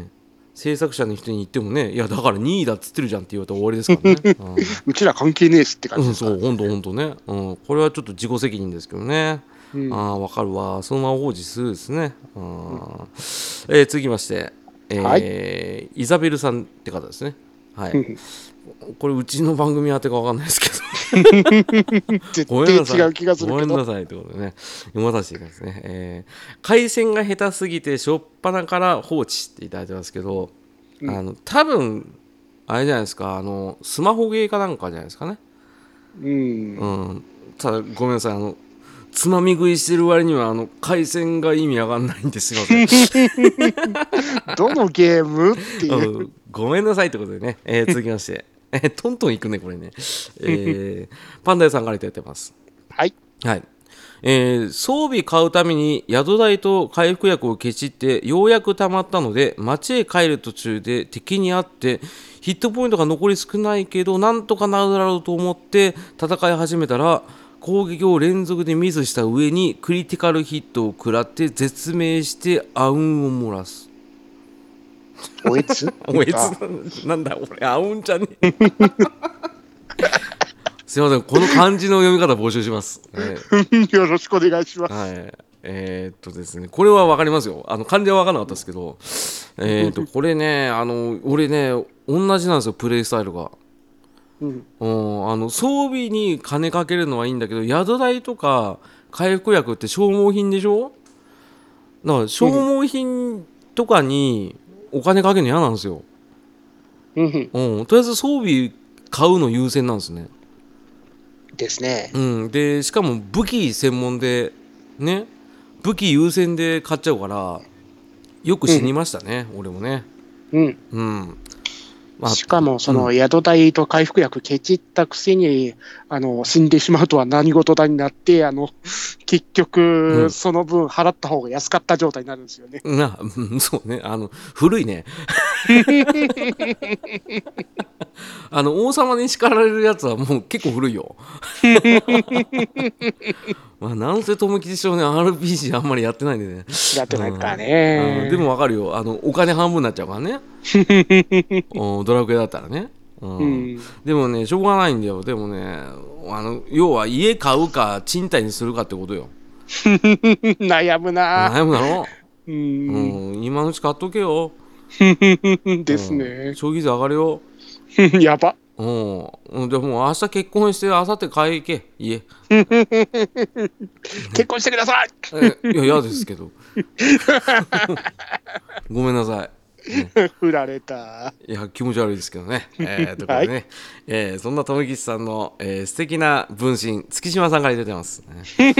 S1: ね制作者の人に言ってもねいやだから任意だっつってるじゃんって言われたら終わりですからね、うん
S2: うちら関係ねえしって感
S1: う
S2: じで
S1: ん、
S2: すか。
S1: そう、本当本当ね、うん、これはちょっと自己責任ですけどね。
S2: うん
S1: ああ、わかるわ、そのまま放置するですね。うんえー続きまして、えー
S2: は
S1: イザベルさんって方ですね。 はい、
S2: ん
S1: これうちの番組宛てかわかんないですけど。
S2: 絶
S1: ごめんな
S2: 対
S1: さ
S2: 違う
S1: い。
S2: 気がする
S1: ごめ
S2: け
S1: ん
S2: ど。
S1: なさいってことでね。読まさせていただきますね。えー回線が下手すぎて、しょっぱなから放置していただいてますけど、あの、多分、あれじゃないですか、あの、スマホゲーかなんかじゃないですかね。
S2: うん。
S1: うん、ただごめんなさいあのつまみ食いしてる割にはあの回線が意味わかんないんですよ、
S2: どのゲームっていう。
S1: うんごめんなさいってことでね、えー続きまして、えートントンいくねこれね、えーパンダ屋さんからいただいてます
S2: はい。
S1: はいえー装備買うために宿代と回復薬をケチってようやく貯まったので町へ帰る途中で敵に会ってヒットポイントが残り少ないけどなんとかなるだろうと思って戦い始めたら攻撃を連続でミスした上にクリティカルヒットを食らって絶命して暗雲を漏らす
S2: おえつ
S1: おえ
S2: あ
S1: つなんだ俺あうんじゃねえ すいませんこの漢字の読み方募集し ます、えー
S2: よろしくお願いします。
S1: はいえーっとですねこれは分かりますよあの漢字は分からなかったですけどえー っとこれねあの俺ね同じなんですよプレイスタイルが
S2: うん。
S1: うんあの装備に金かけるのはいいんだけど宿代とか回復薬って消耗品でしょだから消耗品とかにお金かけるの嫌なんですよ、
S2: うん。
S1: うん、とりあえず装備買うの優先なんですね。
S2: ですね。
S1: うん、でしかも武器専門でね武器優先で買っちゃうからよく死にましたね、俺もね
S2: うん。
S1: うんまあ
S2: しかも、その、宿題と回復薬ケチったくせに、あの、死んでしまうとは何事だになって、あの、
S1: う
S2: 結局、
S1: ん
S2: その分払った方が安かった状態になるんですよね。
S1: なうんそうねあの古いね あの王様に叱られるやつはもう結構古いよまあなんせ友吉師匠ね RPG あんまりやってないんでね
S2: やってないから
S1: う
S2: ね。
S1: んでもわかるよあのお金半分になっちゃうからねうんドラクエだったらね、うん
S2: うん、
S1: でもねしょうがないんだよでもねあの要は家買うか賃貸にするかってことよ
S2: 悩むな。
S1: 悩むだろ、
S2: う。
S1: うんん、今のうち買っとけよ
S2: です
S1: うん
S2: ね。
S1: 消費税上がるよ
S2: やば。
S1: うんうんでも明日結婚して明後日買いけ家
S2: 結婚してください
S1: えいや嫌ですけどごめんなさい
S2: 振られた。
S1: いや気持ち悪いですけどね。えー、ということでね、えーそんな友吉さんの、えー、素敵な分身月島さんからいただいてます、ね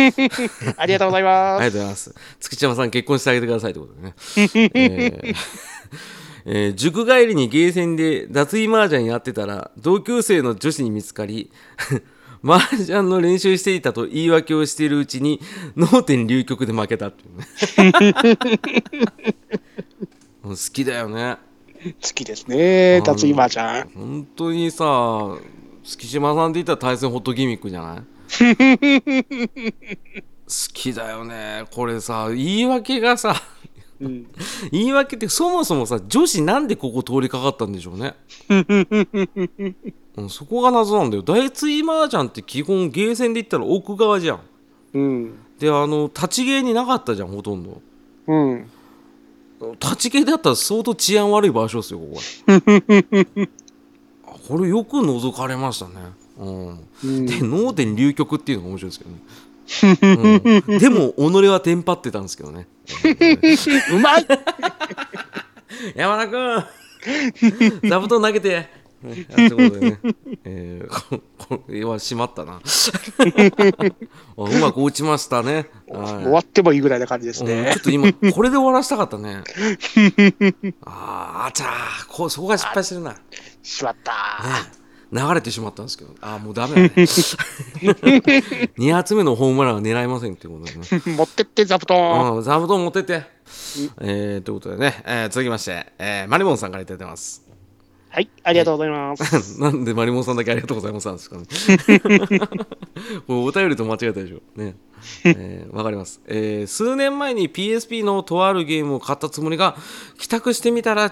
S2: ありがとうござい
S1: あり
S2: ま
S1: がとうございます。月島さん結婚してあげてくださいってことでね。えーえー 塾帰りにゲーセンで脱衣麻雀やってたら同級生の女子に見つかり 麻雀の練習していたと言い訳をしているうちに脳天流局で負けたっていうね もう好きだよね
S2: す。好きですね。達今ちゃん。
S1: 本当にさ月島さんって言ったら対戦ホットギミックじゃない好きだよねこれさ言い訳がさ
S2: うん。
S1: 言い訳ってそもそもさ女子なんでここ通りかかったんでしょうね、うん、そこが謎なんだよ大イマージャンって基本ゲーセンで言ったら奥側じゃん
S2: うん。
S1: であの立ちゲーになかったじゃんほとんど
S2: うん。
S1: 立ちゲーだったら相当治安悪い場所ですよここ はこれよく覗かれましたねうん
S2: うん
S1: で脳天流局っていうのが面白いですけどね、うんでも己はテンパってたんですけどね
S2: うまい
S1: 山田君 座布団投げてねあってことでね、えー、ここれはしまった なあうまく落ちましたね、はい
S2: 終わってもいいぐらいな感じです
S1: うん
S2: ね
S1: ちょ。っと今これで終わらせたかった ねあーあちゃーこうそこが失敗してるな
S2: しまった。
S1: ね流れてしまったんですけど、ああ、もうダメだね。2発目のホームランは狙いませんってことだね。
S2: 持ってって、座布団。
S1: うん、座布団持ってって。えー、ということでね、えー続きまして、えーマリモンさんからいただいてます。
S2: はい。ありがとうございま す。
S1: なんでマリモンさんだけありがとうございますなんですかね。これお便りと間違えたでしょ。ね。えーわ、かります、えー数年前に PSP のとあるゲームを買ったつもりが、帰宅してみたら違う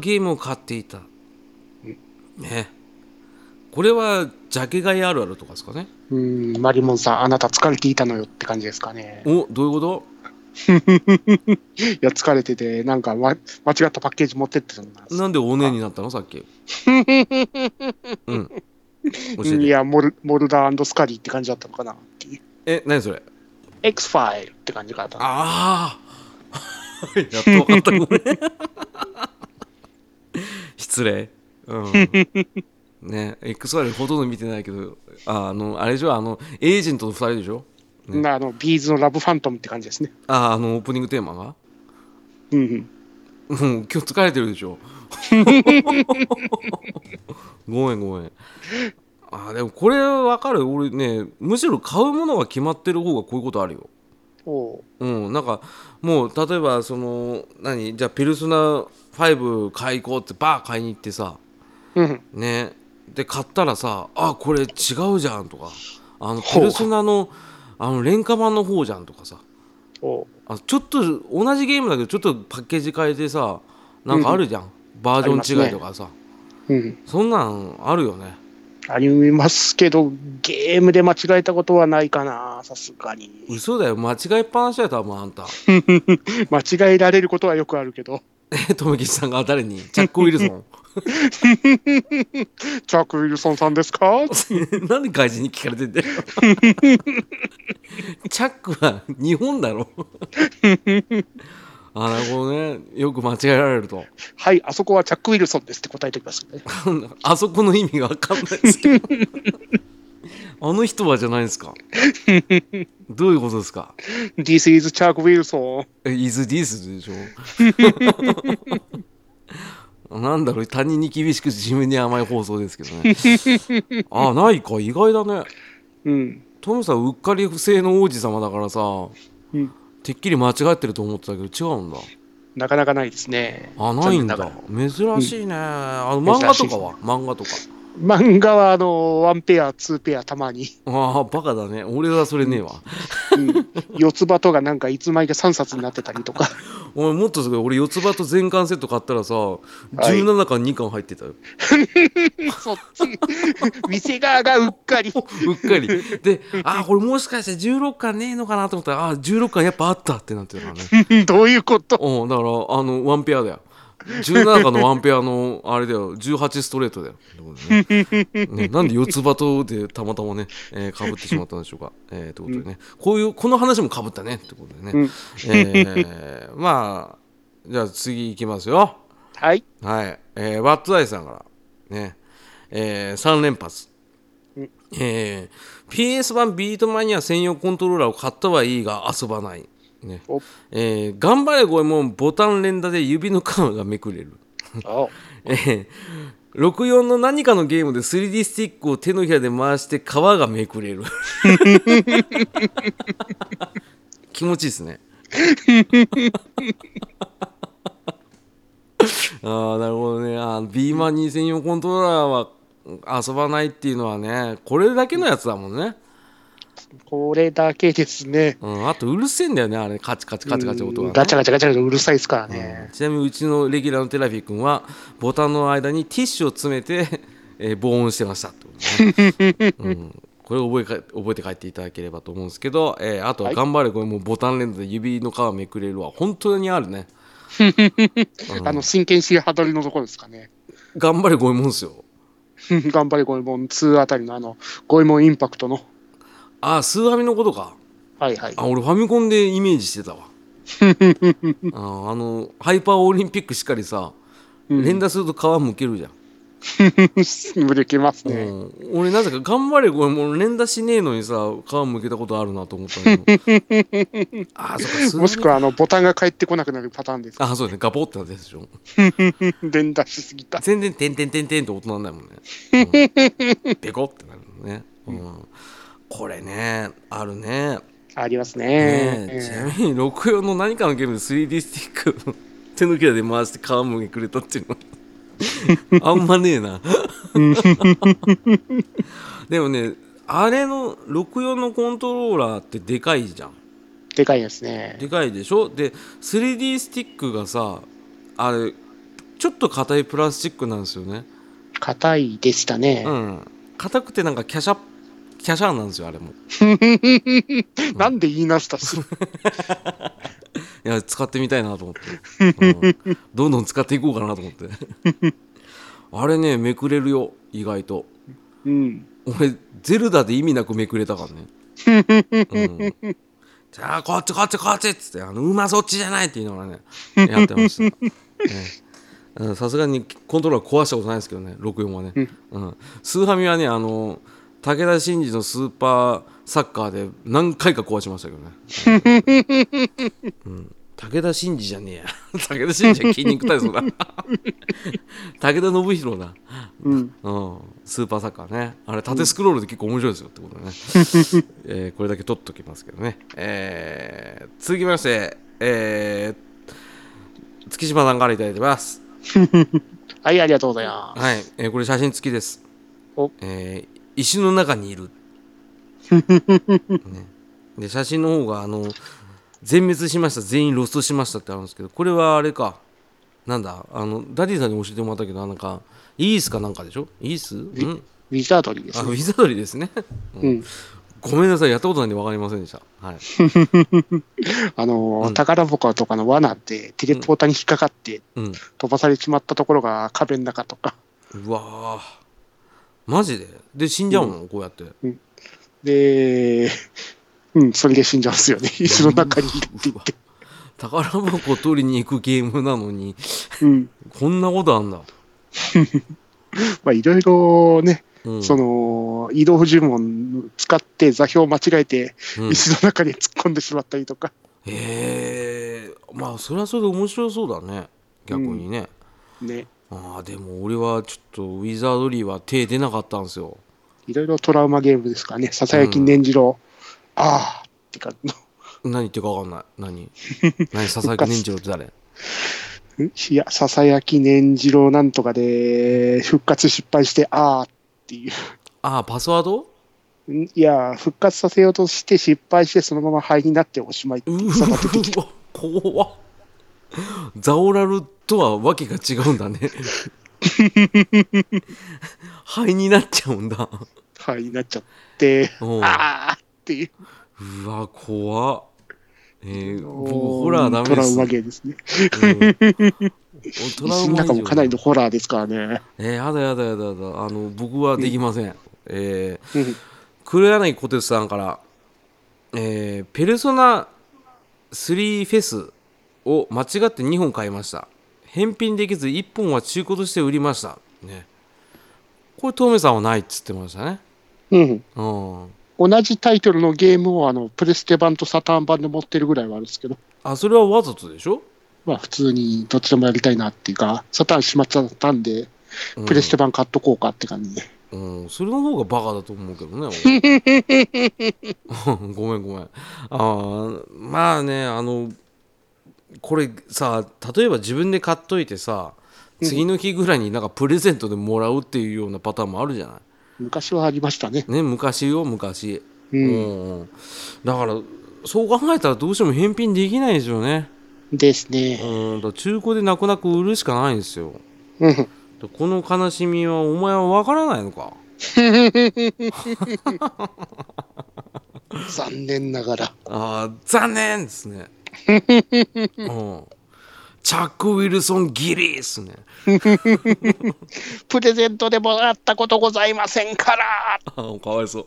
S1: ゲームを買っていた。ね。これは、ジャケ買いあるあるとかですかね。
S2: うん。マリモンさん、あなた疲れていたのよって感じですかね。
S1: お、どういうこと
S2: いや、疲れてて、なんか、わ間違ったパッケージ持ってってたんだ。
S1: なんでおねえになったのさっき。うん。教え
S2: い
S1: て。
S2: や、モルモルダースカリーって感じだったのかなっていう。
S1: え、何それ
S2: X ファイルって感じかな。
S1: ああ やっと分かったごめん失礼うんね XY ほとんど見てないけどああのあれでしょあのエージェントの2人でしょ
S2: うんあの、ビーズのラブファントムって感じですね。
S1: あああのオープニングテーマが
S2: うんうん。
S1: もう今日疲れてるでしょ ごめんごめんあーでもこれ分かる俺ねむしろ買うものが決まってる方がこういうことあるよ
S2: おう
S1: うん、なんかもう例えばその何じゃあペルソナ5買い行こうってバー買いに行ってさ
S2: うん。
S1: ねで買ったらさあこれ違うじゃんとかあのペ
S2: ほう
S1: ルソナのあの廉価版の方じゃんとかさ
S2: おう
S1: あちょっと同じゲームだけどちょっとパッケージ変えてさなんかあるじゃん、バージョン違いとかさ、
S2: うん。
S1: そんなんあるよね
S2: ありますけど、ゲームで間違えたことはないかな、さすがに。
S1: 嘘だよ間違いっぱなしだよ多分あんた
S2: 間違えられることはよくあるけど、
S1: え富吉さんが誰にジャック・ウィルソン
S2: チャーク・ウィルソンさんですか
S1: なんで外人に聞かれてんだよ。 チャックは日本だろ。 あなるほどね。よく間違えられると。
S2: はい、あそこはチャック・ウィルソンですって答えておきますけどね。
S1: あそこの意味が分かんないですけど。 あの人はじゃないんですかどういうことですか
S2: This is Chuck Wilson.
S1: え、is this でしょ なんだろう他人に厳しく自分に甘い放送ですけどねあないか意外だね
S2: うん。
S1: トムさんうっかり不正の王子様だからさ、
S2: うん
S1: てっきり間違ってると思ってたけど違うんだ
S2: なかなかないですね。
S1: あないんだ
S2: 残
S1: 珍しいね、あの漫画とかは漫画とか
S2: 漫画は、あの、1ペア、2ペア、たまに。
S1: ああバカだね俺はそれねえわ、
S2: うん、四つ葉とかなんかいつまいか3冊になってたりとか。
S1: お前もっとすごい俺四つ葉と全巻セット買ったらさ17巻2巻入ってたよ、
S2: そっち。店側がうっかり。
S1: うっかりでああこれもしかして16巻ねえのかなと思ったらああ16巻やっぱあったってなってたからね
S2: どういうこと
S1: うんだからあのワンペアだよ17巻のワンペアのあれだよ18ストレートだよ、ねねなんで四つ葉とでたまたまねかぶ、被ってしまったんでしょうかえー、ということでねこういうこの話もかぶったねってことでね、
S2: うん
S1: えー、まあじゃあ次いきますよ
S2: はい。
S1: はい、えー、ワッツアイさんから、ねえ3連発、
S2: うん
S1: えー PS 版ビートマニア専用コントローラーを買ったはいいが遊ばない、ね
S2: お
S1: えー頑張れゴエモンボタン連打で指の皮がめくれる、
S2: あ
S1: えー64の何かのゲームで 3D スティックを手のひらで回して皮がめくれる 気持ちいいですね あーなるほどねあービーマニー専用コントローラーは遊ばないっていうのはねこれだけのやつだもんね、
S2: これだけですね。
S1: うん、あとうるせえんだよねあれカチカチカチカチ音が、ね、
S2: ガチャガチャガチャガチャうるさいですからね。
S1: ちなみにうちのレギュラーのテラフィ君はボタンの間にティッシュを詰めて、えー防音してましたってことねうんこれを覚えか覚えて帰っていただければと思うんですけど、えーあとは
S2: はい
S1: 頑張れこれもうボタン連打で指の皮めくれるは本当にあるね
S2: あの、真剣白羽取りのところですかね。
S1: 頑張れゴエモンですよ
S2: 頑張れゴエモン2あたりのあの、ゴエモンインパクトの。
S1: ああスーファミのことか
S2: はいはい。
S1: あ俺ファミコンでイメージしてたわあーあのハイパーオリンピックしっかりさ連打すると皮むけるじゃん
S2: 無理きますね。
S1: うん、俺なぜか頑張れこれもう連打しねえのにさ皮むけたことあるなと思ったけど ああそっかす
S2: もしくはあのボタンが返ってこなくなるパターンです。
S1: あそうだねガポってなったやつでしょ
S2: 連打しすぎた。
S1: 全然てんてんてんてんって音なんないもんね、 うん、ペコってなるもんね、うん、これねあるね
S2: あります
S1: ね
S2: ね。
S1: えちなみに64の何かのゲームで 3D スティックを手のひらで回して皮むけくれたっていうのはあんまねえ なでもねあれの64のコントローラーってでかいじゃん
S2: でかいですね。
S1: でかいでしょで 3D スティックがさあれちょっと硬いプラスチックなんですよね
S2: 硬いでしたね。
S1: うん硬くてなんかキャシャキャシャなんですよあれも
S2: なんで言いなしたし。
S1: いや使ってみたいなと思って、うんどんどん使っていこうかなと思って あれねめくれるよ意外と
S2: うん。
S1: 俺ゼルダで意味なくめくれたからね、うんじゃあこっちこっちこっちっつってあの馬そっちじゃないって言いながらねやってました ええうんさすがにコントローラー壊したことないですけどね64はね、うん、スーハミはねあの武田真治のスーパーサッカーで何回か壊しましたけどね武田真治じゃねえや武田真治は筋肉体操 だ武田信弘だ、
S2: うん。
S1: うん、スーパーサッカーねあれ縦スクロールで結構面白いですよってことね、えーこれだけ取っときますけどね、えー続きまして、えー月島さんからいただいてます
S2: はい、ありがとうございます。
S1: はい、えーこれ写真付きです
S2: お、
S1: えー石の中にいる、ね、で写真の方があの全滅しました全員ロストしましたってあるんですけどこれはあれかなんだあのダディさんに教えてもらったけどなんかイースかなんかでしょイースうん
S2: ウィザードリーで
S1: あ
S2: す
S1: ウ
S2: ね。
S1: ィザードリーですね
S2: うん。
S1: ごめんなさいやったことないんで分かりませんでした、はい、
S2: あのー、宝箱とかの罠でテレポーターに引っかかって
S1: うん
S2: 飛ばされちまったところが壁の中とか。
S1: うわーマジでで死んじゃうの、こうやって
S2: で、うん、それで死んじゃうんですよね。石の中にいるって言って。
S1: 宝箱を取りに行くゲームなのに
S2: うん。
S1: こんなことあんだ
S2: まあ、いろいろね、
S1: うん
S2: その移動呪文使って座標を間違えて、
S1: うん
S2: 椅子の中に突っ込んでしまったりとか、
S1: へえまあそれはそれで面白そうだね逆にね、
S2: ね、
S1: ああでも俺はちょっとウィザードリーは手出なかったんですよ
S2: いろいろトラウマゲームですからね、ささやき念次郎、ああってか、
S1: 何言ってるか分かんない何何佐々木年次郎って誰
S2: んいや、ささやき念次郎なんとかで復活失敗して、ああっていう。
S1: ああパスワード
S2: んいや、復活させようとして失敗して、そのまま灰になっておしまいっていうう
S1: ー
S2: さ
S1: わ
S2: が出てき
S1: うわ怖っザオラルとはわけが違うんだね灰になっちゃうんだ
S2: た灰になっちゃって、
S1: うん
S2: ああっていう。
S1: うわ怖っえー、僕
S2: おー
S1: ホラーダメで
S2: トラウ
S1: す、う
S2: マ
S1: ん、
S2: ゲーですね。
S1: ト
S2: 椅
S1: ラウ
S2: 子の
S1: マ以
S2: 中
S1: 上
S2: もかなりのホラーですからね。
S1: えー、やだやだやだやだあの僕はできません、えー、
S2: うん
S1: 黒柳小鉄さんから、えーペルソナ3フェスを間違って2本買いました返品できず1本は中古として売りましたねこれトメさんはないっつってましたね
S2: うん
S1: うん
S2: 同じタイトルのゲームをあのプレステ版とサターン版で持ってるぐらいはあるんですけど、
S1: あそれはわざとでしょ、
S2: まあ、普通にどっちでもやりたいなっていうか、サターンしまっちゃったんで、
S1: うん、
S2: プレステ版買っとこうかって感じで。
S1: うん、それの方がバカだと思うけどね 俺ごめんごめんあーまあねあのこれさ例えば自分で買っといてさ次の日ぐらいになんかプレゼントでもらうっていうようなパターンもあるじゃな
S2: 昔はありましたね。
S1: いね昔よ昔う
S2: う
S1: んん、だからそう考えたらどうしても返品できないですよね
S2: ですね。
S1: うんだから中古で泣く泣く売るしかないんですよ
S2: うん。
S1: でこの悲しみはお前は分からないのか
S2: 残念ながら。
S1: ああ残念です ねうんチャック・ウィルソンギリですね
S2: プレゼントでもらったことございませんから。
S1: あーかわいそ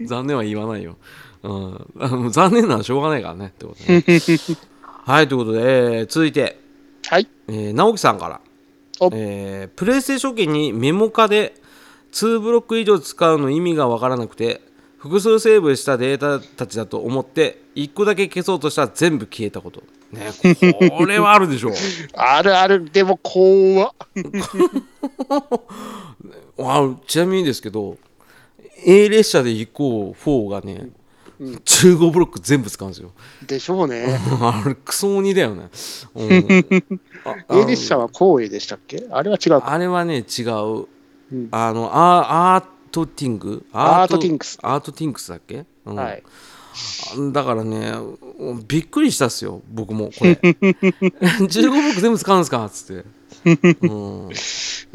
S1: う 残念は言わないよ、うん、あの残念なのはしょうがないからねってこと ねはいということで、えー続いて、
S2: はい。
S1: えー直樹さんから
S2: お、
S1: えープレイステーション機にメモ化で2ブロック以上使うの意味が分からなくて複数セーブしたデータたちだと思って1個だけ消そうとしたら全部消えたことねこれはあるでしょう
S2: あるある、でも怖っ。
S1: あちなみにですけど A 列車で行こう4がね、15ブロック全部使うんですよ
S2: でしょうね。
S1: あれクソ鬼だよね、うん、ああの
S2: A 列車は光栄でしたっけあれは違うか。
S1: あれはね違う、
S2: うん
S1: あのアアートティング
S2: アートティンクス
S1: アートティンクスだっけ、うん
S2: はい。
S1: だからねびっくりしたっすよ僕もこれ 15ブロック全部使うんですかっつって、うん、
S2: い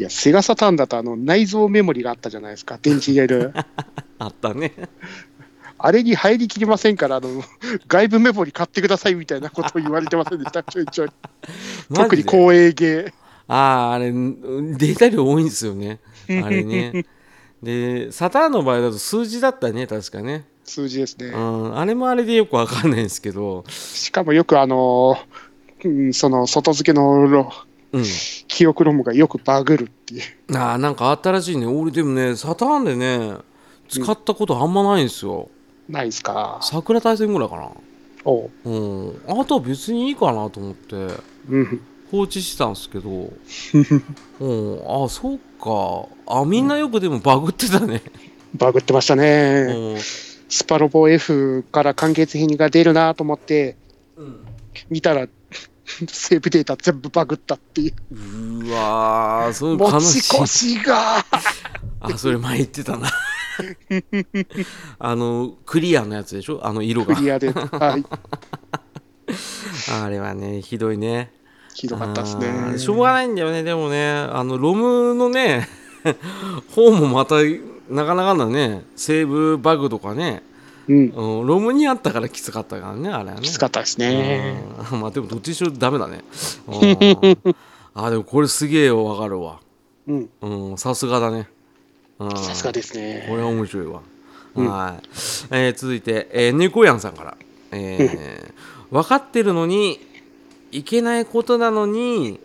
S2: や、セガサターンだとあの内蔵メモリがあったじゃないですか。電池入れる。
S1: あったね
S2: あれに入りきりませんから、あの、外部メモリ買ってくださいみたいなことを言われてませんでした。ちょいちょい。
S1: マ
S2: 特に
S1: ジで
S2: 光栄ゲ
S1: あああれデータ量多いんですよねあれ ねでサターンの場合だと数字だったね確かね、
S2: ー数字ですね。
S1: うん、あれもあれでよくわかんないんですけど、
S2: しかもよくあのーうんその外付けのロ
S1: うん、
S2: 記憶ロムがよくバグるっていう。
S1: あーなんかあったらしいね俺でもねサターンでね使ったことあんまないんですよ、
S2: ないですか。
S1: 桜大戦ぐらいかな
S2: おう。
S1: うんあとは別にいいかなと思って
S2: うん。
S1: 放置してたんですけどうんあそうかあみんなよくでもバグってたね、
S2: バグってました
S1: う
S2: ね。
S1: ん
S2: スパロボ F から完結編が出るなと思って、見たら、 セーブデータ全部バグったっていう。
S1: うーわーそういう
S2: 持
S1: 悲
S2: ち
S1: しい
S2: 越しが。
S1: あそれ前言ってたなあのクリアのやつでしょあの色
S2: ク
S1: が
S2: リアで。はい。
S1: あれはねひどいね
S2: ひどかったです
S1: あー
S2: ね。
S1: しょうがないんだよね、でもね、あのロムのね、 方もまた、なかなかのね、セーブバグとかね、
S2: うん。
S1: うん、ロムにあったからきつかったからね、あれはね。
S2: きつかったですね。
S1: うんまあでも、どっちにしろダメだね。 うんあーでもこれすげえよ、わかるわ。
S2: うん。
S1: うん、さすがだね。うん
S2: さすがですね。
S1: これは面白いわ。はい、えー続いて、えー、猫やんさんから、えー分かってるのにいけないことなのに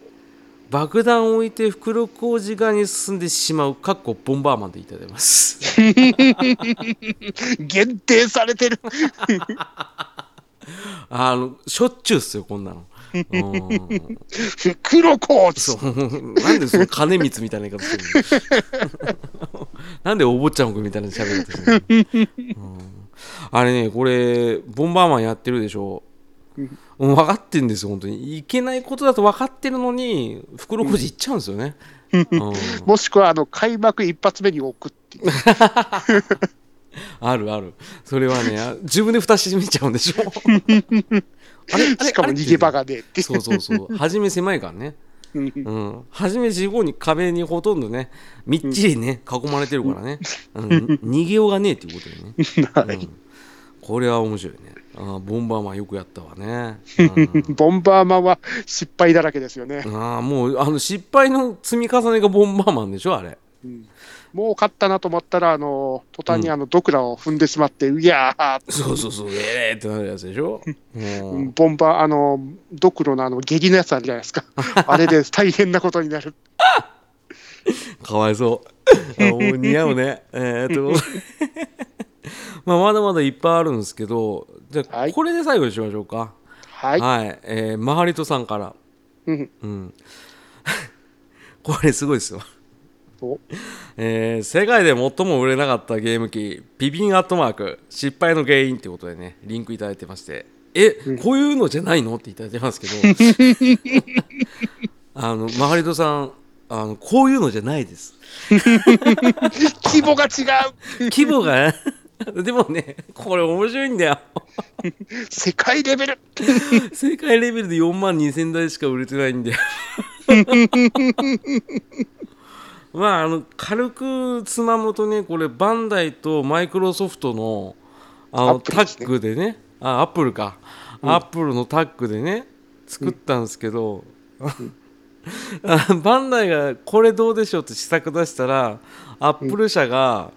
S1: 爆弾を置いて袋小路側に進んでしまうかっこボンバーマンでいただいます
S2: 限定されてる。
S1: あのしょっちゅうっすよこんなのうん
S2: 袋コーチ
S1: そうなんでその金光みたいな言い方するのなんでお坊ちゃんくみたいな喋り方するの、うんあれねこれボンバーマンやってるでしょうん分かってんですよ本当にいけないことだと分かってるのに袋小路行っちゃうんですよね、うん
S2: もしくは、あの、開幕一発目に置くっていう。
S1: あるある。それはね、あ自分で蓋してみちゃうんでしょ。あれ
S2: しかも逃げ場。
S1: あ
S2: がねえって
S1: れそうそうそう。初め狭いからね。
S2: うん
S1: うん。初め四五に壁にほとんどね、みっちりね、囲まれてるからね。うん。逃げようがねえっていうことでね。
S2: はい
S1: これは面白いね。ああ、ボンバーマンよくやったわね。うん
S2: ボンバーマンは失敗だらけですよね。
S1: ああ、もう、あの、失敗の積み重ねがボンバーマンでしょ、あれ。
S2: もう勝ったなと思ったら、あの、途端にあの、ドクラを踏んでしまって、いやー、
S1: そうそうそう、ええってなるやつでし ょ。うん
S2: ボンバー、あの、ドクロのあの、下痢のやつあるじゃないです か。あれで大変なことになる。
S1: かわいそう。あもう似合うね。えー、と まあまだまだいっぱいあるんですけど、じゃあ、
S2: はい
S1: これで最後にしましょうか。
S2: は。
S1: はいい。えーマハリトさんから。
S2: うん
S1: うん。 これすごいですよ。
S2: お
S1: えー世界で最も売れなかったゲーム機、ビビンアットマーク、失敗の原因ってことでね、リンクいただいてまして、え、こういうのじゃないのっていただいてますけど、あの、マハリトさん、あの、こういうのじゃないです。
S2: 規模が違う
S1: 規模が でもねこれ面白いんだよ
S2: 世界レベル
S1: 世界レベルで4万2000台しか売れてない んだよまああの軽くつまむとねこれバンダイとマイクロソフトのあの
S2: アップル
S1: タ
S2: ですね
S1: ッグでねあアップルか、アップルのタッグでね作ったんですけど、 あバンダイがこれどうでしょうって試作出したらアップル社が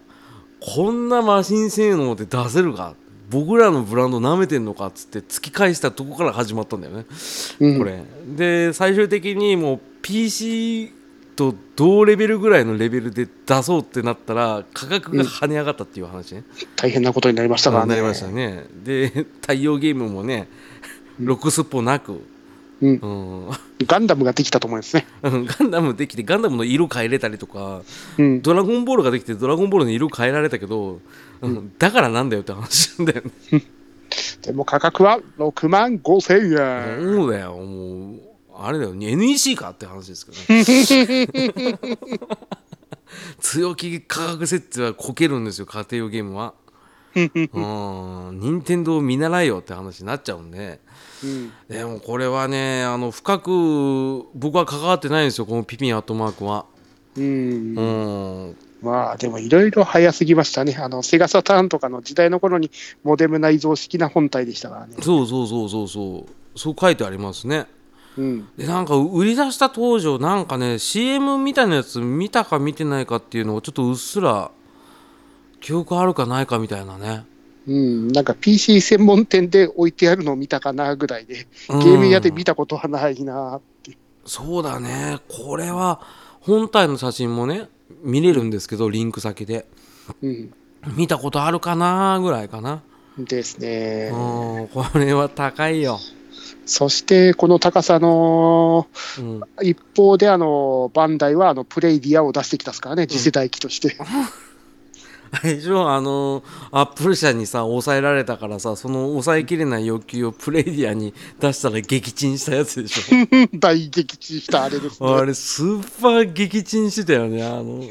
S1: こんなマシン性能で出せるか僕らのブランド舐めてんのかっつって突き返したとこから始まったんだよね、
S2: うん
S1: これで最終的にもう PC と同レベルぐらいのレベルで出そうってなったら価格が跳ね上がったっていう話ね、
S2: 大変なことになりましたからね。
S1: なりましたねで太陽ゲームもねロックスポなく、
S2: うん
S1: うん、
S2: ガンダムができたと思うんですね。
S1: うんガンダムできてガンダムの色変えれたりとか
S2: うん。
S1: ドラゴンボールができてドラゴンボールの色変えられたけど、うん、だからなんだよって話なんだよね
S2: でも価格は6万5千円。
S1: そうだよもうあれだよ NEC かって話ですけどね強気価格設定はこけるんですよ家庭用ゲーム はうん任天堂見習えよって話になっちゃうんで
S2: うん
S1: でもこれはねあの深く僕は関わってないんですよこのピピンアットマークは
S2: うん
S1: うん
S2: まあでもいろいろ早すぎましたね。あのセガサターンとかの時代の頃にモデム内蔵式な本体でしたからね。
S1: そうそうそうそうそうそう書いてありますね
S2: うん。
S1: でなんか売り出した当時なんかね CM みたいなやつ見たか見てないかっていうのをちょっとうっすら記憶あるかないかみたいなね
S2: うん。なんか PC 専門店で置いてあるのを見たかなぐらいで、ゲーム屋で見たことはないなって。
S1: そうだねこれは本体の写真もね見れるんですけどリンク先で
S2: うん。
S1: 見たことあるかなぐらいかな
S2: ですね
S1: う。んこれは高いよ、
S2: そしてこの高さの
S1: うん、
S2: 一方であのバンダイはあのプレイディアを出してきたですからね、次世代機と して。
S1: 最初あのアップル社にさ抑えられたからさその抑えきれない要求をプレイディアに出したら撃沈したやつでしょ
S2: 大撃沈したあれです ね。
S1: あれ、スーパー撃沈してたよね。あの、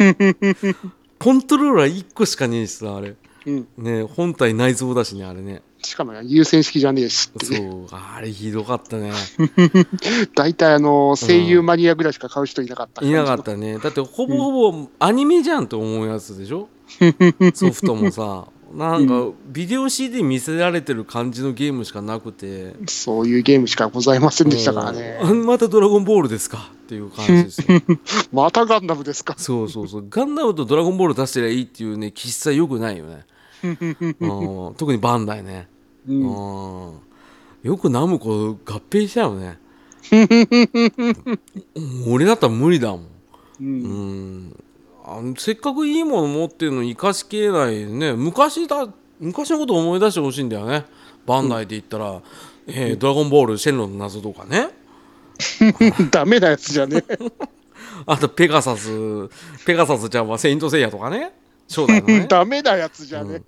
S1: コントローラー1個しかねえしさ、あれ。
S2: うん、
S1: ね本体内蔵だしね、あれね。
S2: しかも優先式じゃねえしって
S1: そ
S2: ね、
S1: う、あれひどかったね。
S2: 大体あの声優マニアぐらいしか買う人いなかった、
S1: いなかったね。だって、ほぼほぼアニメじゃんと思うやつで しょソフトもさ。なんか、ビデオ CD 見せられてる感じのゲームしかなくて。
S2: そういうゲームしかございませんでしたからね、
S1: うんあまたドラゴンボールですかっていう感じですよ。
S2: またガンダムですか、
S1: そうそうそう。ガンダムとドラゴンボール出してりゃいいっていうね、喫茶よくないよね。うん特にバンダイね。
S2: う
S1: うんんよくナムコ合併したよね。俺だったら無理だもん
S2: う
S1: うんんあのせっかくいいもの持ってるのに生かしきれないね昔だ昔のことを思い出してほしいんだよねバンダイで言ったら、えードラゴンボール」シェンロンの謎」とかね
S2: ダメなやつじゃね。
S1: あと「ペガサス」「ペガサスちゃんはセイントセイヤ」とかね初代のね
S2: ダメなやつじゃね。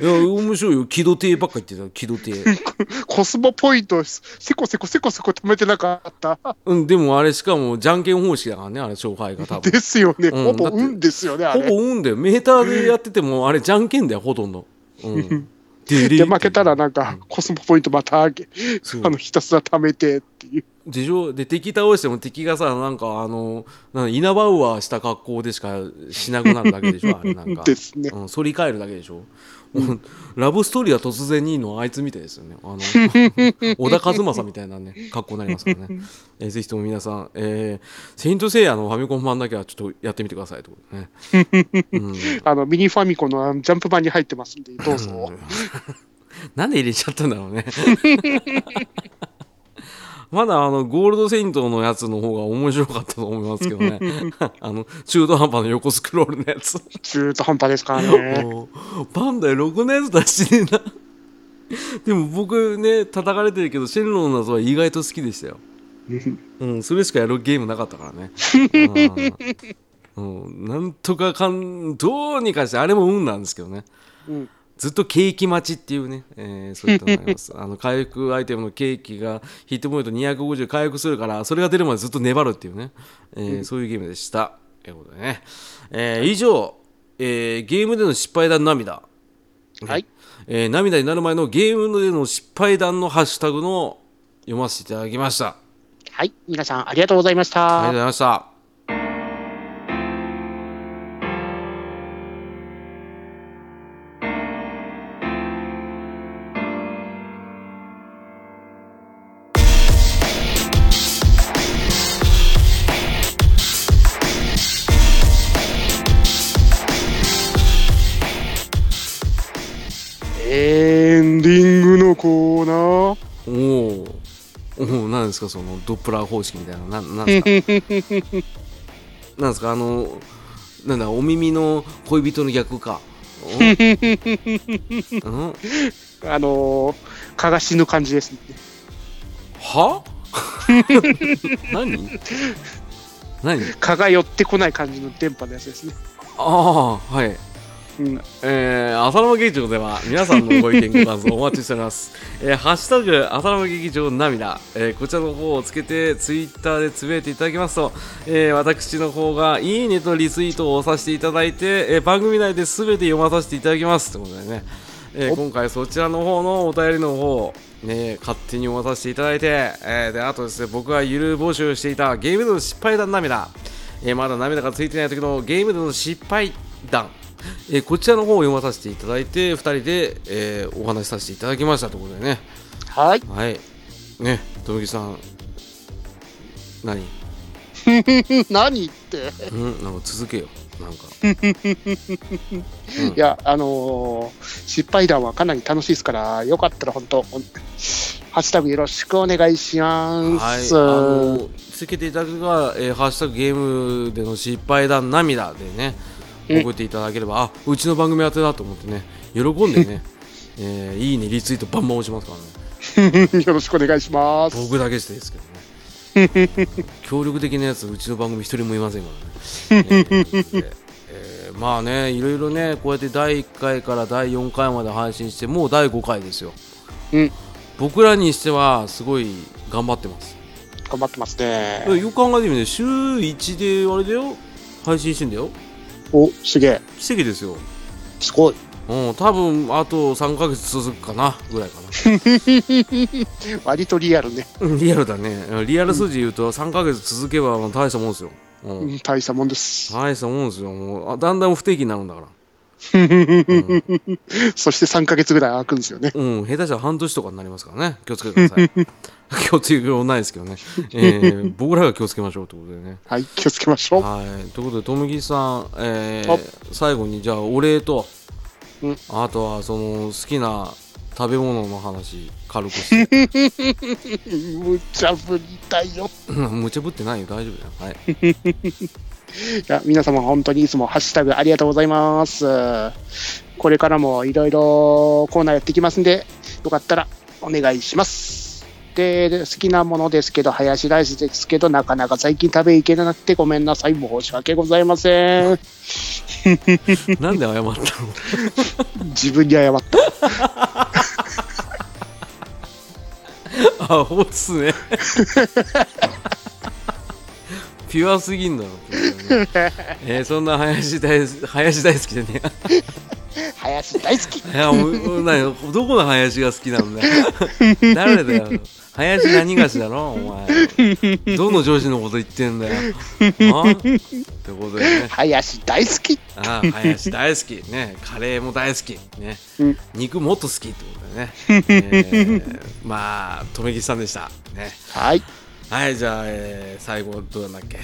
S1: いや面白いよ「木戸亭」ばっか言ってたよ木戸亭
S2: コスモポイント、せこせこせこせこ止めてなかった。
S1: うん、でもあれしかもじゃんけん方式だからね、あれ勝敗が多分
S2: で。すよね。
S1: うん
S2: ほぼ
S1: だって
S2: 運ですよね、あ
S1: ほ
S2: れ。
S1: ぼ運だよ。メーターでやってても、あれじゃんけんだよ、ほとんど。うん。で
S2: で、負けたらなんか、コスモポイントまたあげ、
S1: そう
S2: あの、ひたすら貯めてっていう。
S1: でしょで、敵倒しても敵がさ、なんかあの、なんかイナバウアーした格好でしかしなくなるだけでしょ、あれなんか。
S2: ですね
S1: うん、反り返るだけでしょ。うんラブストーリーは突然にいいのはあいつみたいですよね。あの 小田和正みたいなね、格好になります からね。えーぜひとも皆さん、えー、セイントセイヤのファミコン版だけはちょっとやってみてくださいってことね。うん
S2: あの、ミニファミコンのあのジャンプ版に入ってますんで、どうぞ。
S1: なんで入れちゃったんだろうね まだあのゴールドセイントのやつの方が面白かったと思いますけどね あの中途半端な横スクロールのやつ
S2: 中途半端ですからね。
S1: もうバンダイ6のやつ出してねえなでも僕ね叩かれてるけどシェンロンの謎は意外と好きでしたようん、それしかやるゲームなかったから ね。うん、うんなんとかかん、どうにかして、あれも運なんですけどね。
S2: うん
S1: ずっとケーキ待ちっていうね、えーそういったのがあります。あの回復アイテムのケーキがヒットポイント250回復するから、それが出るまでずっと粘るっていうね、えーそういうゲームでした。ということでね、えー以上、えーゲームでの失敗談涙、
S2: はい。
S1: えー涙になる前のゲームでの失敗談のハッシュタグの読ませていただきました。
S2: はい。皆さん、ありがとうございまし
S1: ありがとうご
S2: た。
S1: ざいました。
S2: エンディングのコーナー。
S1: おおおお何ですかそのドップラー方式みたいなななんですかなんですかあのなんだお耳の恋人の逆かうんうん
S2: あのー、蚊が死ぬ感じです、ね。
S1: は 何何
S2: 蚊が寄ってこない感じの電波のやつですね。
S1: ああはい
S2: うん。
S1: えー、浅沼劇場では皆さんのご意見ご感想お待ちしており ます、えーハッシュタグ浅沼劇場涙、えーこちらの方をつけてツイッターでつぶやいていただきますと、えー私の方がいいねとリツイートをさせていただいて、えー番組内で全て読まさせていただきますということでね、えー今回そちらの方のお便りの方をね、勝手に読まさせていただいて、えーであとですね僕がゆる募集していたゲームでの失敗談涙、えーまだ涙がついてない時のゲームでの失敗談えーこちらの方を読まさせていただいて2人で、えーお話しさせていただきましたということでね
S2: はい。
S1: はいね富木さん何
S2: 何言って。
S1: うんなんか続けよなんか
S2: いや、あのー失敗談はかなり楽しいですから、よかったら本当、ほんハッシュタグよろしくお願いしま
S1: はい
S2: す。
S1: あのつけていただくが、えーハッシュタグゲームでの失敗談涙」でね
S2: うん
S1: 送っていただければあうちの番組宛てだと思ってね喜んで ね、えーいいねリツイートバンバン押しますからね
S2: よろしくお願いします。
S1: 僕だけしてですけどね 協力的なやつうちの番組一人もいませんからね、えーでえーまあねいろいろねこうやって第1回から第4回まで配信してもう第5回ですよ
S2: うん。
S1: 僕らにしてはすごい頑張ってます
S2: 頑張ってますね。
S1: よく考えてみて週1であれだよ配信してんだよ
S2: お、すげえ。
S1: 奇跡ですよ
S2: すごい。
S1: うん多分あと3ヶ月続くかなぐらいか な
S2: 割とリアルね。
S1: うんリアルだねリアル数字言うと3ヶ月続けば大したもんですよ、うん
S2: うん大したもんです。
S1: 大したもんですよもうあだんだん不定期になるんだから
S2: そして3ヶ月ぐらい空くんですよね。
S1: うん下手したら半年とかになりますからね気をつけてください 気をつけようないですけどね、えー僕らが気をつけましょうということでね
S2: はい、気をつけましょう。
S1: はいということでとむぎさん、えー最後にじゃあお礼と、
S2: うん
S1: あとはその好きな食べ物の話軽くして
S2: 無茶ぶりだよ。
S1: うん無茶ぶってないよ大丈夫だよはい
S2: いや皆様本当にいつもハッシュタグありがとうございます。これからもいろいろコーナーやっていきますんで、よかったらお願いします。で、好きなものですけど、ハヤシライスですけど、なかなか最近食べいけなくてごめんなさい。申し訳ございません。
S1: なんで謝ったの
S2: 自分に謝った。
S1: あほっすねピュアすぎんだろ、 えーそんな林大好林大好きでね
S2: ハヤシ大好き。
S1: いやもう何どこの林が好きなんだよ誰だよ林何がしだろお前どの上司のこと言ってんだよあってことでね
S2: ハヤシ大好き。
S1: ああ、林大好き。ね、カレーも大好き。ね
S2: うん、
S1: 肉もっと好きってことだよね。えーまあ、とめぎさんでした。ね。
S2: はい。
S1: はい、じゃあ、えー最後、どうなんだっけ。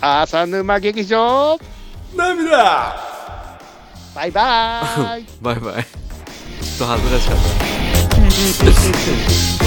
S2: 浅沼劇場、
S1: 涙
S2: バイバーイ。
S1: バイバイ。ちょっと恥ずかしかった。